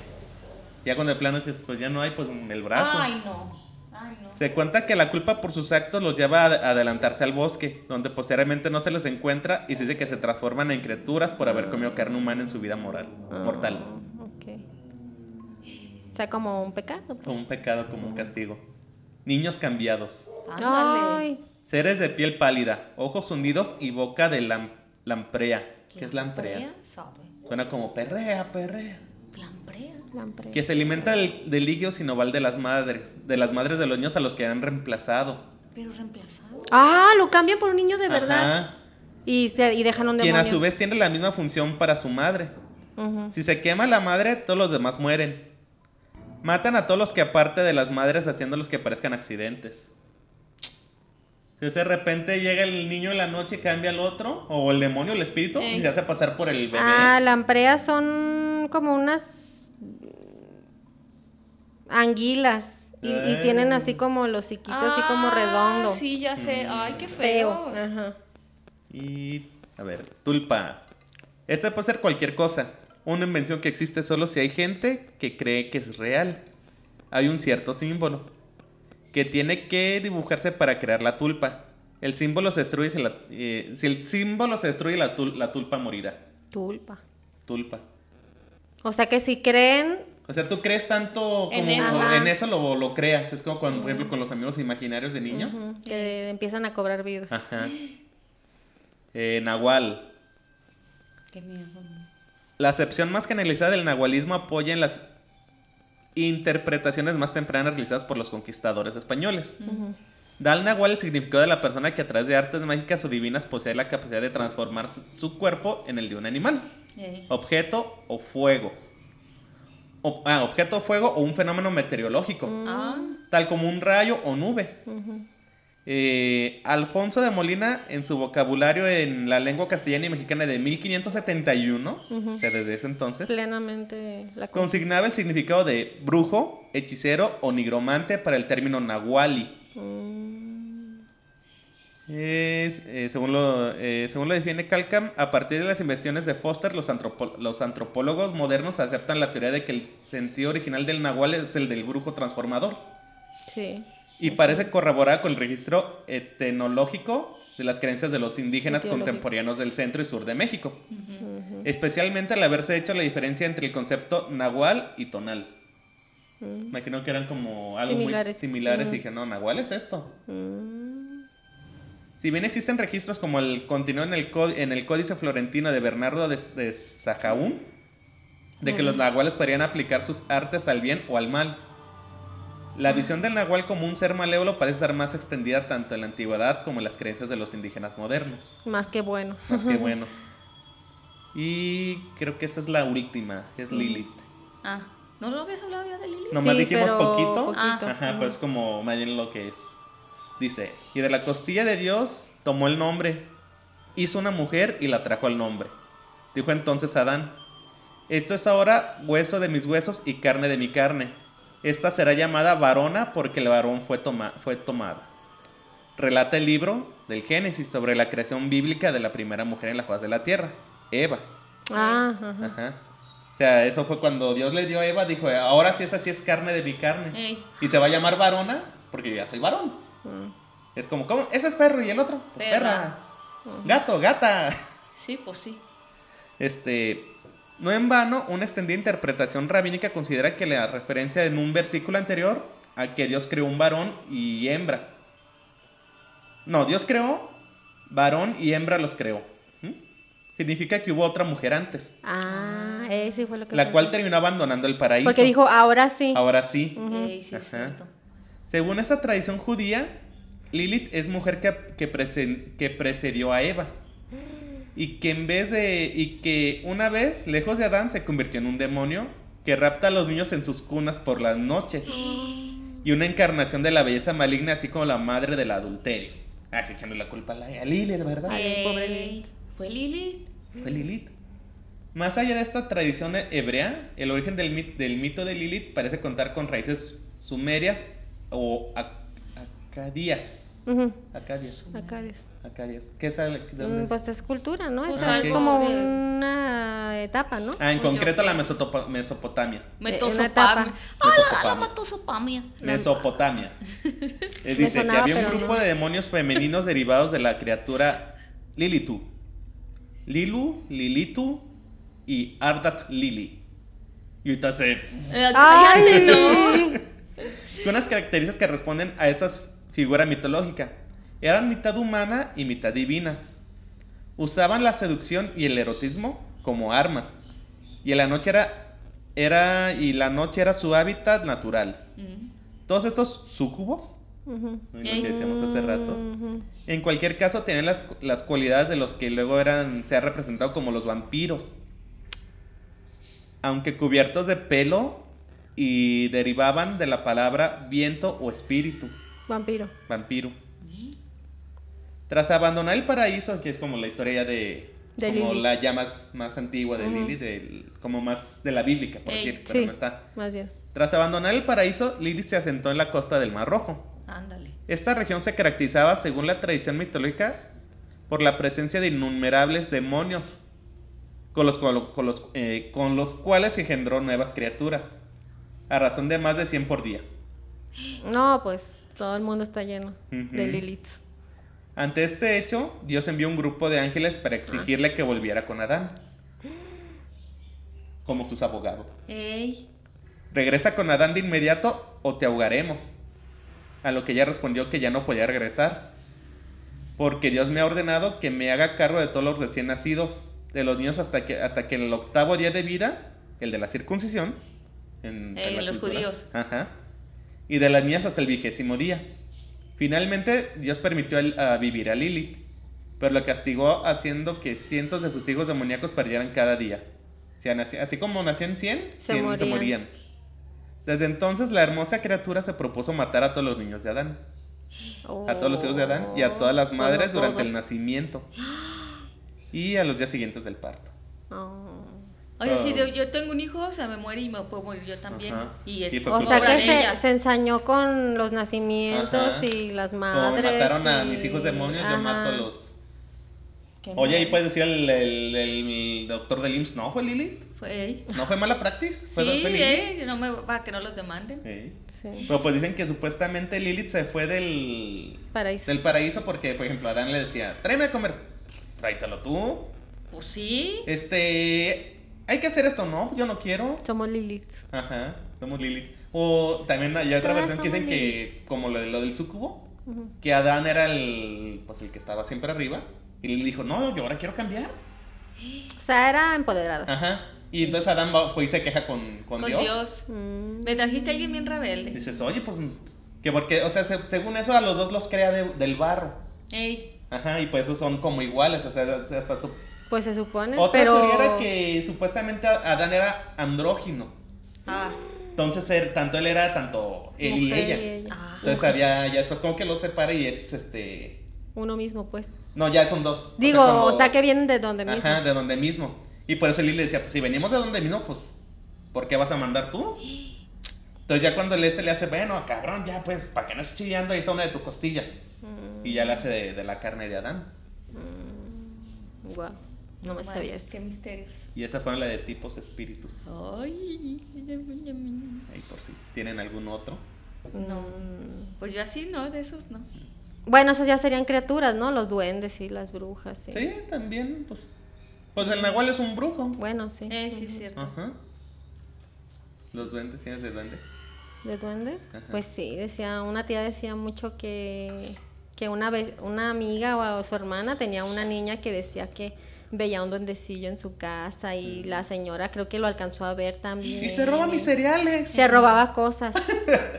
Ya cuando de plano dices, pues ya no hay, pues el brazo.
Ay, no. Ay, no.
Se cuenta que la culpa por sus actos los lleva a ad- adelantarse al bosque, donde posteriormente no se les encuentra y se dice que se transforman en criaturas por haber comido carne humana en su vida moral, mortal.
Ah, ok. O sea, como un pecado.
Como
pues.
un pecado, como un castigo. Niños cambiados.
Ah, Ándale.
Ay,
Seres de piel pálida, ojos hundidos y boca de lam- lamprea. ¿Qué es lamprea?
Sabe.
Suena como perrea, perrea.
Lamprea.
la hambre.
Que se alimenta del, del líquido sinoval de las madres, de las madres de los niños a los que han reemplazado.
Pero reemplazado.
Ah, lo cambian por un niño de verdad.
Ajá.
Y, se, y dejan un
Quien
demonio.
a su vez tiene la misma función para su madre.
Ujú.
Si se quema la madre, todos los demás mueren. Matan a todos los que aparte de las madres haciéndolos que parezcan accidentes. Si de repente llega el niño en la noche y cambia al otro, o el demonio, el espíritu,
Ey.
y se hace pasar por el bebé.
Eh. Ah, lampreas son como unas anguilas. Y, y
Ah.
tienen así como los hociquito, así como
Ah,
redondo.
Sí, ya sé.
Mm.
Ay, qué
Feo.
feo.
Ajá.
Y, a ver, tulpa. Esta puede ser cualquier cosa. Una invención que existe solo si hay gente que cree que es real. Hay un cierto símbolo que tiene que dibujarse para crear la tulpa. El símbolo se destruye si, la- eh, si el símbolo se destruye la, tul- la tulpa morirá.
Tulpa.
Tulpa.
O sea que si creen,
O sea, tú crees tanto como
En
en
eso.
eso,
Ajá.
lo, lo creas. Es como cuando, por ejemplo, con los amigos imaginarios de niño. Ah.
ujú, que empiezan a cobrar vida.
Ajá. Eh, Nahual.
Qué miedo.
La acepción más generalizada del nahualismo apoya en las interpretaciones más tempranas realizadas por los conquistadores españoles.
Ujú.
Da al nahual el significado de la persona que a través de artes mágicas o divinas posee la capacidad de transformar su- su cuerpo en el de un animal,
Ey.
objeto o fuego. O- ah, objeto, fuego o un fenómeno meteorológico,
Mm,
Ah,
tal como un rayo o nube.
ujú.
Eh, Alfonso de Molina, en su vocabulario en la lengua castellana y mexicana de 1571,
Ujú.
o sea, desde ese entonces,
Plenamente la consigna
Consignaba el significado de brujo, hechicero o nigromante para el término nahuali.
Mm,
Es, eh, según, lo, eh, según lo define Calcam, a partir de las investigaciones de Foster, los, antropo- los antropólogos modernos aceptan la teoría de que el sentido original del nahual es el del brujo transformador.
Sí.
Y
Eso.
parece corroborada con el registro etnológico de las creencias de los indígenas
Etiológico.
contemporáneos del centro y sur de México,
ujú.
Eh,
ujú,
especialmente al haberse hecho la diferencia entre el concepto nahual y tonal.
mm,
Imagino que eran como algo
Similares.
muy similares
Ujú.
y dije, no, Nahual es esto.
mm,
Si bien existen registros como el continuó en el, co- en el Códice Florentino de Bernardo de, de Sahaún, de que los nahuales podrían aplicar sus artes al bien o al mal. La visión del nahual como un ser malévolo parece estar más extendida tanto en la antigüedad como en las creencias de los indígenas modernos.
Más que bueno.
Más que bueno. Y creo que esa es la última, es Lilith.
Ah, ¿no lo habías hablado ya de Lili?
Nomás dijimos
pero
poquito.
ujú.
Ajá, pues como más bien lo que es. Dice, y de la costilla de Dios tomó el nombre, hizo una mujer y la trajo al nombre. Dijo entonces Adán, esto es ahora hueso de mis huesos y carne de mi carne. Esta será llamada varona porque el varón fue, toma- fue tomada. Relata el libro del Génesis sobre la creación bíblica de la primera mujer en la faz de la tierra, Eva.
Ah, ajá.
Ajá. O sea, eso fue cuando Dios le dio a Eva, dijo, ahora sí es así, es carne de mi carne.
Eh,
Ey,
Y se va a llamar varona porque yo ya soy varón.
Mm,
Es como, ¿cómo? Ese es perro y el otro, pues perra.
Perra.
ujú.
Gato, gata.
sí, pues sí.
Este, no en vano, una extendida interpretación rabínica considera que la referencia en un versículo anterior a que Dios creó un varón y hembra. No, Dios creó varón y hembra los creó. ¿Mm? Significa que hubo otra mujer antes,
Ah, eh, sí fue lo que
la
pensé.
cual terminó abandonando el paraíso.
Porque dijo, ahora sí.
ahora sí.
Ujú.
Ey, sí, es
Ajá.
cierto.
Según esa tradición judía, Lilith es mujer que, que presen- que precedió a Eva. Y que en vez de. Y que una vez, lejos de Adán, se convirtió en un demonio que rapta a los niños en sus cunas por la noche. Y una encarnación de la belleza maligna, así como la madre del adulterio. Así echándole la culpa a, la, a Lilith, ¿verdad?
Ay, el pobre
Ey,
Lilith.
Fue Lili.
Fue Lilith. Más allá de esta tradición hebrea, el origen del, mit- del mito de Lilith parece contar con raíces sumerias o ac- acadias.
Ujú,
Acarias.
Acarias.
Acarias. ¿Qué sale? ¿De dónde
Mm,
es?
Pues es cultura, ¿no?
Pues
Es algo
algo
como
de-
una etapa, ¿no?
ah, en
Pues yo
concreto la
creo.
Mesotopa- Mesopotamia.
Metosopam.
etapa.
Ah,
A la
Mesopotamia.
matosopamia.
Mesopotamia. Eh, dice
sonaba,
que había un
pero
grupo
no.
de demonios femeninos derivados de la criatura Lilitu. Lilu, Lilitu y Ardat Lili. Y ahorita se-
Eh,
¡Ay!
Ah.
cállate, no.
con unas características que responden a esas figuras mitológicas. Eran mitad humana y mitad divinas. Usaban la seducción y el erotismo como armas. Y en la noche era, era y la noche era su hábitat natural.
Mm.
Todos estos sucubos,
Ujú.
lo que decíamos hace
Mm,
ratos,
ujú.
en cualquier caso tenían las, las cualidades de los que luego eran se ha representado como los vampiros. Aunque cubiertos de pelo y derivaban de la palabra viento o espíritu,
Vampiro.
vampiro. Tras abandonar el paraíso, que es como la historia ya de,
De
como
Lilith.
la ya más, más antigua de
Ujú.
Lilith, del- como más de la bíblica, por
Ey.
decir, pero
Sí.
no está.
Más bien.
Tras abandonar el paraíso, Lilith se asentó en la costa del Mar Rojo.
Ándale.
Esta región se caracterizaba, según la tradición mitológica, por la presencia de innumerables demonios, con los, con lo- con los, eh, con los cuales engendró nuevas criaturas, a razón de más de 100 por día.
No, pues todo el mundo está lleno de
Ujú.
Lilith.
Ante este hecho, Dios envió un grupo de ángeles para exigirle que volviera con Adán, como sus abogados.
Ey.
Regresa con Adán de inmediato o te ahogaremos. A lo que ella respondió que ya no podía regresar. Porque Dios me ha ordenado que me haga cargo de todos los recién nacidos, de los niños hasta que, hasta que en el octavo día de vida, el de la circuncisión, en, en
Eh,
la
los
cultura,
judíos.
ajá, y de las niñas hasta el vigésimo día. Finalmente, Dios permitió el- a vivir a Lilith, pero lo castigó haciendo que cientos de sus hijos demoníacos perdieran cada día. O sea, naci- así como nacían 100,
Se
100 se
morían.
morían. Desde entonces, la hermosa criatura se propuso matar a todos los niños de Adán, a todos los hijos de Adán y a todas las
Oh,
madres
bueno,
durante el
todos.
nacimiento y a los días siguientes del parto.
Oh.
Oye, si
Ah.
yo, yo tengo un hijo, o sea, me muere y me puedo morir yo también.
Ajá.
Y es
Y fue
O
Pues
sea
obra
que
de
se,
ella.
se ensañó con los nacimientos
Ajá.
y las
Como me
madres.
mataron a
y-
mis hijos demonios,
Ajá.
yo mato a los.
Qué
Oye, ahí
mal.
puedes decir el, el- el doctor del IMSS, ¿no fue Lilith?
Fue ey.
¿No fue mala practice? ¿Fue
Sí,
doctor Lilith?
eh, no me, para que no los demanden.
Sí.
Sí.
Pero pues dicen que supuestamente Lilith se fue del,
Paraíso.
del paraíso porque, por ejemplo, Adán le decía, tráeme a comer, tráetelo tú.
Pues sí.
Este, hay que hacer esto, no, yo no quiero.
Somos Lilith.
Ajá, somos Lilith. O también hay otra
Todas
versión que dicen
somos
que,
Lilith.
como lo, de- lo del sucubo,
Ujú.
que Adán era el, pues, el que estaba siempre arriba. Y Lilith dijo, no, yo ahora quiero cambiar.
O sea, era empoderada.
Ajá. Y entonces Adán va- fue y se queja con, con,
Con
Dios.
Dios.
Mm.
Me trajiste a alguien bien rebelde.
Dices, oye, pues, que porque, o sea, se- según eso a los dos los crea de- del barro.
Ey.
Ajá, y pues esos son como iguales, o sea, hasta su-
Pues se supone,
otra
pero...
teoría era que supuestamente Adán era andrógino.
Ah.
Entonces, él- tanto él era tanto él y
mujer
ella.
Ah.
Entonces había, ya después como que los separa y es este...
Uno mismo, pues.
No, ya son dos.
Digo,
son
o
dos.
sea, que vienen de donde mismo.
Ajá, de donde mismo. Y por eso Lili le decía, pues si venimos de donde mismo, pues, ¿por qué vas a mandar tú? Entonces ya cuando el este le hace, bueno, cabrón, ya pues, para que no estés chillando, ahí está una de tus costillas.
Mm,
Y ya la hace de, de la carne de Adán.
guau, no me
manches,
sabía eso.
Qué misterios.
Y esa fue la de tipos espíritus.
Oh.
Ay.
Ahí por si tienen algún otro.
No.
Mm.
Pues yo así no, de esos no.
Bueno, esas ya serían criaturas, ¿no? Los duendes y las brujas. Sí.
Sí, también, pues. Pues el nahual es un brujo.
Bueno, sí.
Eh, sí, es
ujú.
cierto.
Ajá. Los duendes, ¿tienes de duende?
¿De duendes?
Ajá.
Pues sí, decía, una tía decía mucho que, que una vez una amiga o, o su hermana tenía una niña que decía que veía un duendecillo en su casa y la señora creo que lo alcanzó a ver también.
Mm. Y se roba mis cereales.
Eh, Se robaba cosas.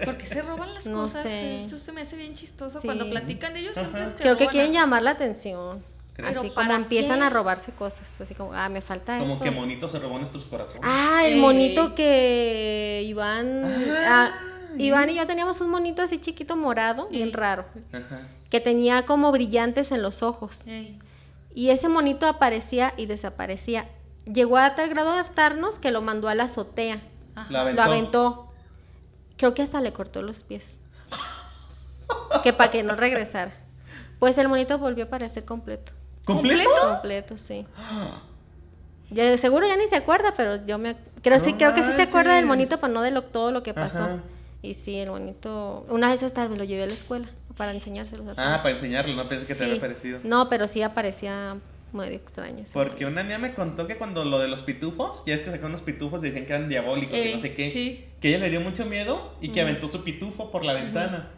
¿Por qué se roban las
No
cosas?
sé.
Eso se me hace bien chistoso.
Sí.
Cuando platican de ellos
Ajá.
siempre se
Creo que
roban
quieren
algo.
llamar la atención.
¿Crees?
Así
¿Pero
como
para
empiezan
qué?
a robarse cosas, así como, ah, me falta
Como
esto.
que monito se robó nuestros corazones.
Ah, el
Ey.
monito que Iván,
Eh, Ah,
ah, Iván y yo teníamos un monito así chiquito morado, bien
Ey.
raro,
Ajá.
que tenía como brillantes en los ojos.
Ey.
Y ese monito aparecía y desaparecía. Llegó a tal grado de hartarnos que lo mandó a la azotea.
Ajá.
La- Aventó.
Lo aventó. Creo que hasta le cortó los pies. que para que no regresara. Pues el monito volvió a aparecer completo.
¿Completo?
Completo, sí. Ya, seguro ya ni se acuerda, pero yo me creo sí
No
creo que sí se acuerda del
manches.
monito, pero no de lo, todo lo que pasó.
Ajá.
Y sí, el monito una vez hasta me lo llevé a la escuela para enseñárselos a
Ah,
todos.
para enseñarlo, no pensé que te
Sí.
había parecido.
No, pero sí aparecía medio extraño. ese
Porque una mía me contó que cuando lo de los pitufos, ya es que sacaron unos pitufos y decían que eran diabólicos y
Ey,
no sé qué.
Sí.
Que ella le dio mucho miedo y que
Ujú.
aventó su pitufo por la ventana.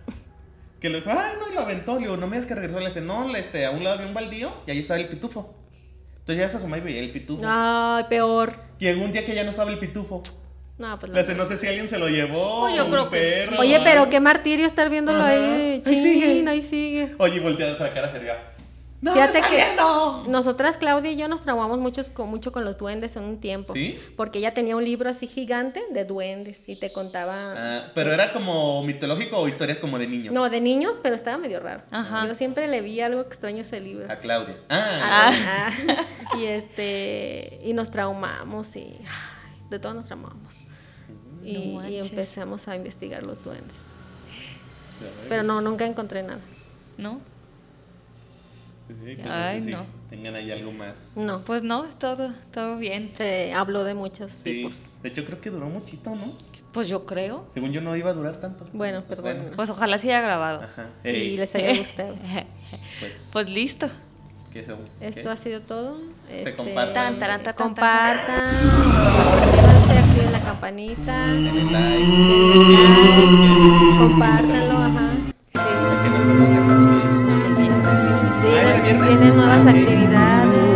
Que le dijo, ay, no, y lo aventó. Le digo, no me digas que regresó. Le dice, no, le- este, a un lado había un baldío y ahí estaba el pitufo. Entonces ya se asomó y veía el pitufo.
monito. Ay, peor.
Llegó un día que ya no estaba el pitufo.
No, pues
Le
la
dice, no sé si alguien se lo llevó.
Pues yo
un
creo que
perro".
sí.
Oye, pero qué martirio estar viéndolo
Ajá.
ahí.
Ahí
Chin,
sigue.
ahí sigue.
Oye, volteados para la cara sería. ¡No,
Fíjate
está
que-
viendo!
Nosotras, Claudia y yo, nos traumamos muchos con, mucho con los duendes en un tiempo.
¿Sí?
Porque ella tenía un libro así gigante de duendes y te contaba.
Ah, pero era como mitológico o historias como de niños.
No, de niños, pero estaba medio raro.
Ajá.
Yo siempre le vi algo extraño a ese libro.
A Claudia. Ah,
Ah, ah, y este y nos traumamos y ay, de todo nos traumamos y,
No
y
manches.
empezamos a investigar los duendes
ya ves.
pero no nunca encontré nada
¿No?
Sí, claro,
Ay,
sí, sí.
no.
Tengan ahí algo más.
no
Pues no, todo, todo bien.
se habló de muchos
Sí.
tipos
De hecho, creo que duró muchito, ¿no?
Pues yo creo.
Según yo, no iba a durar tanto.
Bueno,
Pues
perdón.
Pues ojalá se haya grabado.
Ajá.
y
Ey,
les haya gustado
pues,
Pues listo.
¿qué es eso?
esto
¿Qué?
ha sido todo Este,
compartan. Tan,
taran, tan, tan,
compartan suscríbanse activen la campanita
Denle like.
denle like, compártanlo ajá
Sí.
para que nos conozcan también.
Pues que el viernes,
Ah, ¿este
vienen,
viernes?
vienen nuevas
Ah, ok.
actividades